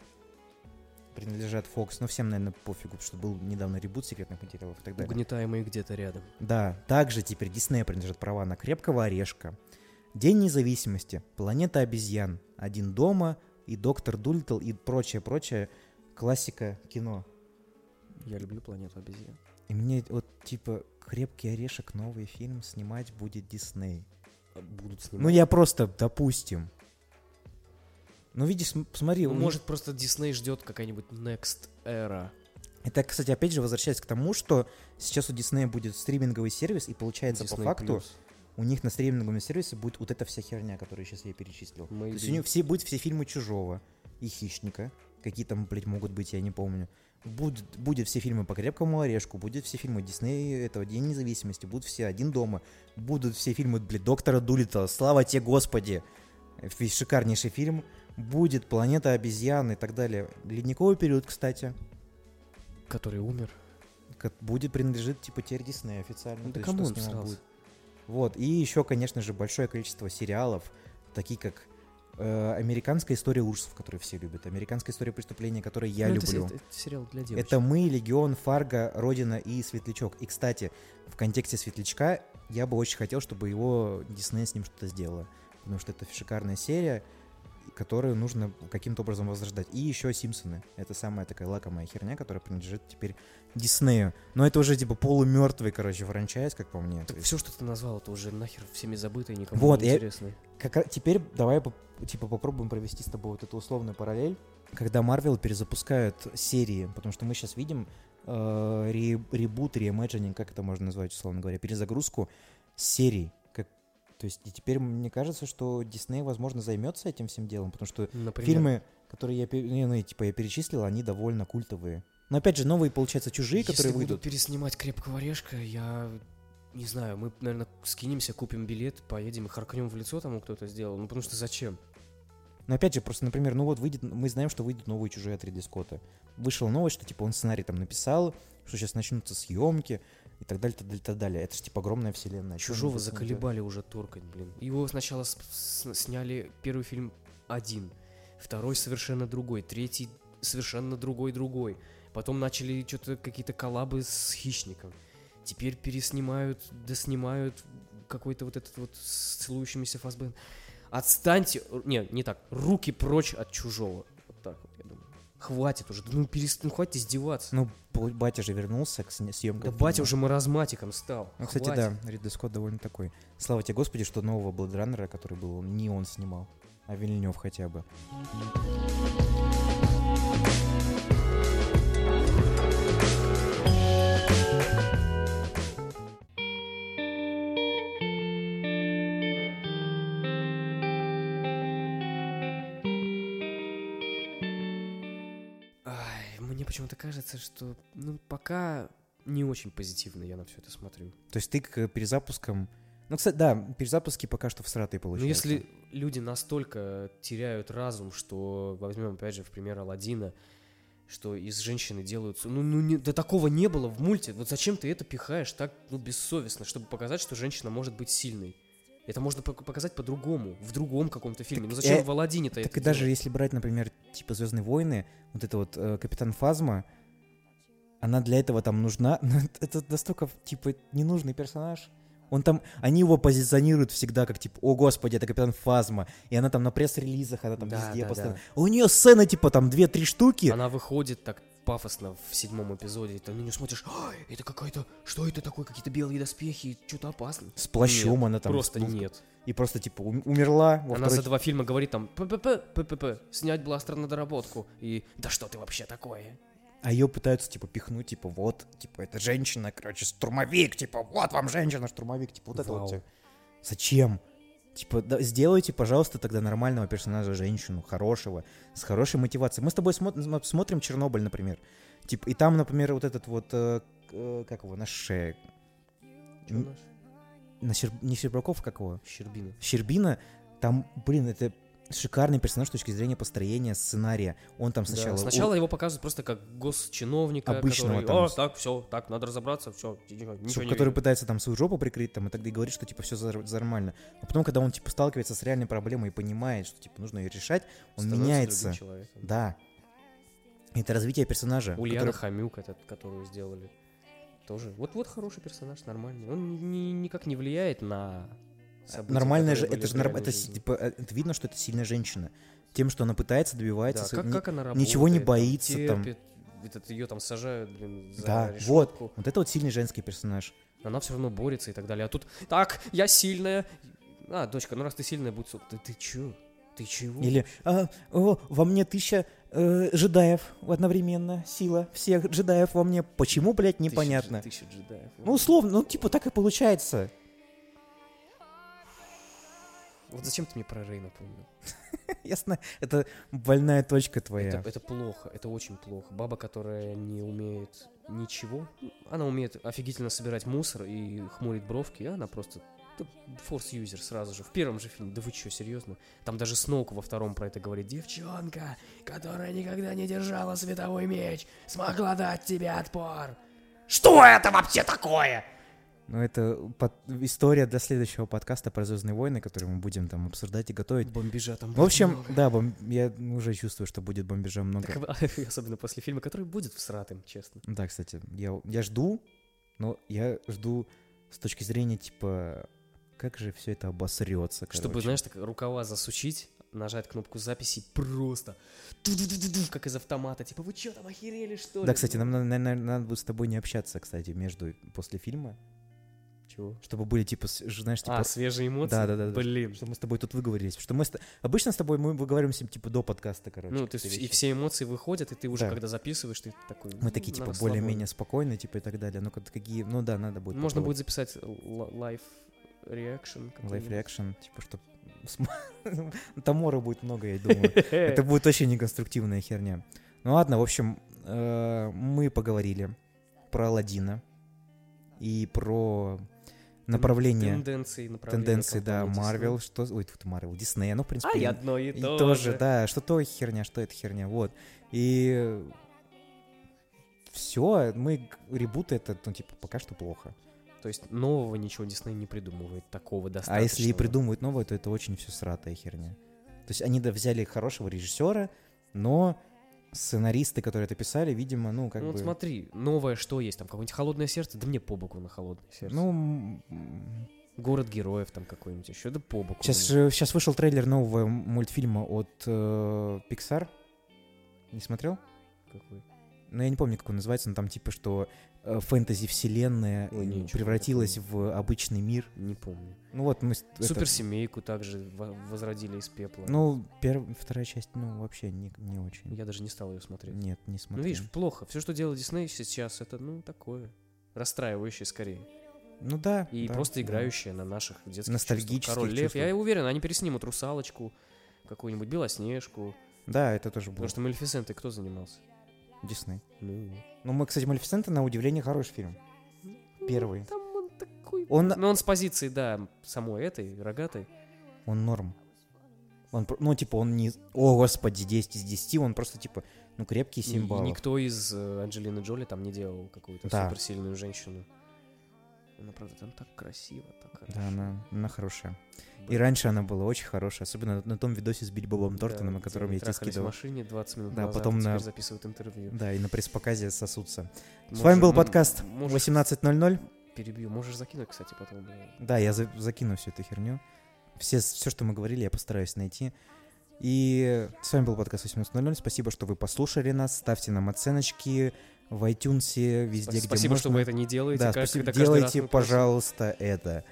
S2: Принадлежат Фокс, но всем, наверное, пофигу, потому что был недавно ребут секретных материалов и так далее.
S3: Угнетаемые где-то рядом.
S2: Да, также теперь Диснею принадлежат права на «Крепкого орешка», «День независимости», «Планета обезьян», «Один дома» и «Доктор Дулитл» и прочее-прочее классика кино.
S3: Я люблю планету обезьян.
S2: И мне вот типа «Крепкий орешек» новый фильм снимать будет Дисней.
S3: А Будут снимать.
S2: Ну я просто, допустим. Ну видишь, см- смотри,
S3: Ну,
S2: у них-
S3: может, просто Дисней ждет какая-нибудь next era.
S2: Это, кстати, опять же возвращаясь к тому, что сейчас у Диснея будет стриминговый сервис, и получается по
S3: Disney+.
S2: факту у них на стриминговом сервисе будет вот эта вся херня, которую сейчас я перечислил. То есть у
S3: Maybe.
S2: них все, будут все фильмы «Чужого» и «Хищника», какие там, блядь, могут быть, я не помню. Будет, будет все фильмы по «Крепкому орешку», будут все фильмы Диснея, этого «День независимости», будут все «Один дома», будут все фильмы, блядь, «Доктора Дулита», «Слава тебе, Господи», Весь шикарнейший фильм, будет «Планета обезьян» и так далее. «Ледниковый период», кстати,
S3: Который умер.
S2: ко- будет принадлежит, типа, теперь Диснею официально.
S3: Ну
S2: то
S3: да
S2: есть,
S3: кому
S2: что
S3: он
S2: с него
S3: всрался?
S2: будет. Вот, и еще, конечно же, большое количество сериалов, такие как э, «Американская история ужасов», которые все любят, «Американская история преступления», которые я
S3: Ну, это
S2: люблю.
S3: се- Это, сериал для девочек.
S2: Это мы, Легион, Фарго, Родина и Светлячок. И, кстати, в контексте Светлячка я бы очень хотел, чтобы его Дисней с ним что-то сделала. Потому что это шикарная серия, которую нужно каким-то образом возрождать. И еще Симпсоны. Это самая такая лакомая херня, которая принадлежит теперь Диснею. Но это уже типа полумертвый, короче, франчайз, как по мне. То есть-
S3: все, что ты назвал, это уже нахер всеми забытое, никому
S2: Вот,
S3: не
S2: я-
S3: интересное.
S2: Как ра- теперь давай поп- типа попробуем провести с тобой вот эту условную параллель, когда Марвел перезапускают серии, потому что мы сейчас видим э, ре- ребут, реимеджининг, как это можно назвать, условно говоря, перезагрузку серий. Как, то есть и теперь мне кажется, что Дисней, возможно, займется этим всем делом, потому что
S3: Например,
S2: фильмы, которые я, пе- не, ну, и, типа, я перечислил, они довольно культовые. Но опять же, новые, получается, чужие,
S3: если
S2: которые
S3: будут
S2: выйдут.
S3: переснимать «Крепкого орешка», я не знаю, мы, наверное, скинемся, купим билет, поедем и харкнем в лицо тому, кто это сделал. Ну, потому что зачем?
S2: Но опять же, просто, например, ну вот выйдет, мы знаем, что выйдут новые чужие от Ридли Скотта. Вышла новость, что типа он сценарий там написал, что сейчас начнутся съемки и так далее, так далее, так далее. Это же типа огромная вселенная. о чём
S3: Чужого
S2: они снимают?
S3: заколебали уже торкать, блин. Его сначала с- с- сняли первый фильм один, второй совершенно другой, третий совершенно другой другой. Потом начали что-то какие-то коллабы с хищником. Теперь переснимают, доснимают какой-то вот этот вот с целующимися фасбен. Отстаньте, ру- не, не так, руки прочь от чужого. Вот так вот, я думаю. Хватит уже, да ну, перест... ну хватит издеваться.
S2: Ну, б- батя же вернулся к сня- съемкам.
S3: да батя
S2: фильма.
S3: уже маразматиком стал.
S2: Ну, кстати,
S3: Хватит.
S2: да, Ридли Скотт довольно такой. Слава тебе, Господи, что нового Бладранера, который был, он- не он снимал, а Вильнев хотя бы.
S3: почему-то кажется, что ну, пока не очень позитивно я на все это смотрю. Ну,
S2: То есть ты к перезапускам... Ну, кстати, да, перезапуски пока что всратые
S3: Ну,
S2: получаются.
S3: если люди настолько теряют разум, что возьмем, опять же, в пример Алладина, что из женщины делают... Ну, ну не- да такого не было в мульте. Вот зачем ты это пихаешь так ну, бессовестно, чтобы показать, что женщина может быть сильной? Это можно пок- показать по-другому, в другом каком-то фильме. ну зачем
S2: э,
S3: в Алладине-то это
S2: Так и даже если брать, например, типа Звездные войны, вот это вот э, Капитан Фазма, она для этого там нужна. *laughs* Но это настолько, типа, ненужный персонаж. Он там, они его позиционируют всегда как типа, о господи, это капитан Фазма. И она там на пресс-релизах, она там
S3: Да,
S2: везде
S3: да,
S2: постоянно.
S3: да.
S2: А У нее сцена типа там 2-3 штуки.
S3: Она выходит так пафосно в седьмом эпизоде, и ты на нее смотришь, «Ай, это какая-то, что это такое, какие-то белые доспехи, что-то опасно.
S2: С плащом
S3: Нет,
S2: она там.
S3: Просто
S2: с пуф-
S3: нет.
S2: И просто типа ум- умерла. во
S3: Она
S2: второй-
S3: за два фильма говорит там «ППП, ППП, снять бластер на доработку». И «Да что ты вообще такое?»
S2: А ее пытаются, типа, пихнуть, типа, вот, типа, это женщина, короче, штурмовик, типа, вот вам женщина-штурмовик, типа, вот это
S3: Вау.
S2: вот всё. Зачем? Типа, да- сделайте, пожалуйста, тогда нормального персонажа женщину, хорошего, с хорошей мотивацией. Мы с тобой смо- м- смотрим Чернобыль, например. Типа, и там, например, вот этот вот, э, к- э, как его, наш, э,
S3: Чё
S2: М.
S3: у нас?
S2: на Щер- не Щербаков, как его?
S3: Щербина.
S2: Щербина, там, блин, это шикарный персонаж с точки зрения построения сценария. Он там
S3: Да,
S2: сначала... у-
S3: Сначала его показывают просто как госчиновника,
S2: Обычного
S3: который,
S2: там.
S3: «О, так, все, так, надо разобраться, все, ничего,
S2: Чтоб-
S3: ничего не
S2: который
S3: видно».
S2: пытается там свою жопу прикрыть там и тогда и говорит, что типа все нормально. А потом, когда он типа сталкивается с реальной проблемой и понимает, что типа нужно ее решать, он
S3: Становится
S2: меняется.
S3: другим человеком.
S2: Да. Это развитие персонажа.
S3: Ульяна
S2: который-
S3: Хамюк, этот, которую сделали, тоже. Вот-вот хороший персонаж, нормальный. Он ни- никак не влияет на события,
S2: Нормальная же,
S3: которые были
S2: это же
S3: в
S2: норм-
S3: реальной
S2: это, с-
S3: жизни.
S2: типа, э, это видно, что это сильная женщина. Тем, что она пытается, добивается.
S3: Да,
S2: своего-
S3: как,
S2: не-
S3: как она работает,
S2: ничего не
S3: там,
S2: боится, там.
S3: терпит, Этот, ее там сажают, блин, за
S2: Да,
S3: решётку.
S2: вот. Вот это вот сильный женский персонаж.
S3: Она все равно борется и так далее. А тут, так, я сильная. А, дочка, ну раз ты сильная, будь суд. Ты, ты чё? Ты чего?
S2: Или «А, о, во мне тысяча э, джедаев одновременно. Сила всех джедаев во мне. Почему, блядь,
S3: Тысяча
S2: непонятно.
S3: джед- Тысяча джедаев.
S2: Ну, условно, ну, типа, так и получается.
S3: вот зачем ты мне про Рей напомнил?
S2: Ясно? *laughs* Это больная точка твоя.
S3: Это, это плохо, это очень плохо. Баба, которая не умеет ничего, она умеет офигительно собирать мусор и хмурит бровки, а она просто форс-юзер сразу же, в первом же фильме. Да вы чё, серьезно? Там даже Сноук во втором про это говорит. Девчонка, которая никогда не держала световой меч, смогла дать тебе отпор. Что это вообще такое?
S2: Ну, это под- история для следующего подкаста про Звездные войны, который мы будем там обсуждать и готовить.
S3: Бомбежа там
S2: В
S3: будет
S2: общем,
S3: много.
S2: да, бом- я уже чувствую, что будет бомбежа много.
S3: Так, *laughs* особенно после фильма, который будет всратым, честно.
S2: Да, кстати, я, я жду, но я жду с точки зрения, типа, как же все это обосрется,
S3: Чтобы, знаешь, так рукава засучить, нажать кнопку записи и просто ту-ду-ду-ду-ду, как из автомата. Типа, вы чё там охерели, что ли?
S2: Да, кстати, нам, наверное, надо, будет с тобой не общаться, кстати, между после фильма,
S3: Чего?
S2: чтобы были, типа, с- знаешь, типа,
S3: А, свежие эмоции?
S2: Да-да-да.
S3: Блин.
S2: Что мы с тобой тут выговорились. Потому что мы с т- обычно с тобой мы выговариваемся типа до подкаста, короче.
S3: Ну,
S2: как
S3: ты,
S2: эти
S3: и
S2: вещи.
S3: все эмоции выходят, и ты уже,
S2: Да.
S3: когда записываешь, ты такой...
S2: Мы такие,
S3: «Ну,
S2: типа,
S3: на расслабоне».
S2: более-менее спокойные, типа, и так далее. Ну, как- какие... Ну, да, надо будет...
S3: Можно будет записать лайф реакшн.
S2: Live reaction, типа, *laughs* что... *laughs* Тамора будет много, я
S3: *laughs*
S2: думаю. Это будет очень неконструктивная херня. Ну, ладно, в общем, э, мы поговорили про Алладина и про направление,
S3: Тенденции, направления.
S2: тенденции, да,
S3: компании
S2: Марвел,
S3: Disney.
S2: что... Ой, тут Марвел, Диснея, ну, в принципе...
S3: А, и
S2: я-
S3: одно и,
S2: И
S3: то
S2: тоже,
S3: же.
S2: да, что то херня, что это херня, вот. И все, мы г- ребуты это, ну, типа, пока что плохо.
S3: То есть нового ничего Дисней не придумывает, такого достаточно.
S2: А если и придумывают новое, то это очень все сратая херня. То есть они да, взяли хорошего режиссера, но сценаристы, которые это писали, видимо, ну, как
S3: ну
S2: бы...
S3: вот смотри, новое что есть, там какое-нибудь холодное сердце, да мне по боку на холодное сердце.
S2: Ну, м,
S3: Город героев там какой-нибудь еще, да по боку.
S2: сейчас,
S3: мне.
S2: же- сейчас вышел трейлер нового мультфильма от э, Pixar. Не смотрел?
S3: Какой?
S2: Ну, я не помню, как он называется, но там типа, что э, фэнтези-вселенная
S3: Ой,
S2: э,
S3: не, чё-то
S2: превратилась в обычный мир.
S3: Не помню.
S2: Ну вот, мы... с- это-
S3: Суперсемейку также во- возродили из пепла.
S2: ну, перв- вторая часть, ну, вообще не, не очень.
S3: Я даже не стал ее смотреть.
S2: Нет, не
S3: ну
S2: смотрел.
S3: видишь, плохо. Все, что делает Дисней сейчас, это ну такое расстраивающее скорее.
S2: Ну да.
S3: И
S2: да,
S3: просто
S2: да.
S3: играющее на наших детских
S2: Ностальгических
S3: чувствах. Король Лев.
S2: чувствах.
S3: Я уверен, они переснимут Русалочку, какую-нибудь Белоснежку.
S2: Да, это тоже было.
S3: Потому что Малефисентой кто занимался?
S2: Дисней.
S3: Ну,
S2: Ну, мы, кстати, Малефисента, на удивление, хороший фильм. Первый.
S3: там он такой...
S2: Он,
S3: Ну, он с позиции, да, самой этой, рогатой.
S2: он норм. Он, про- ну, типа, он не... О, господи, 10 из 10, он просто, типа, ну, крепкий 7
S3: И
S2: баллов.
S3: никто из э, Анджелины Джоли там не делал какую-то
S2: Да.
S3: суперсильную женщину. Она, правда, там так красиво, так хорошо.
S2: Да, она, она хорошая. И
S3: Блин.
S2: раньше она была очень хорошая, особенно на том видосе с Билли Бобом Тортоном,
S3: Да,
S2: о котором я
S3: где они
S2: тебе
S3: трахались в
S2: скидывал.
S3: машине 20 минут
S2: Да,
S3: назад, а
S2: потом на-
S3: теперь записывают интервью.
S2: Да, и на пресс-показе сосутся. С
S3: Можешь-
S2: вами был
S3: м,
S2: подкаст
S3: можешь-
S2: 18.00.
S3: Перебью. Можешь закинуть, кстати, потом. да.
S2: Да, я за- закину всю эту херню. Все, все, что мы говорили, я постараюсь найти. И с вами был подкаст 18.00. Спасибо, что вы послушали нас. Ставьте нам оценочки в iTunes, везде, где
S3: спасибо,
S2: можно.
S3: что вы это не делаете.
S2: да,
S3: как-
S2: спасибо.
S3: когда каждый раз
S2: Делайте,
S3: мы просим.
S2: пожалуйста, это.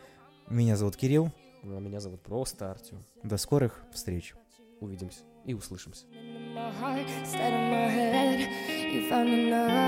S2: Меня зовут Кирилл.
S3: Ну, а меня зовут просто Артем.
S2: До скорых встреч.
S3: Увидимся и услышимся.
S4: in my heart, instead of my head. You found another.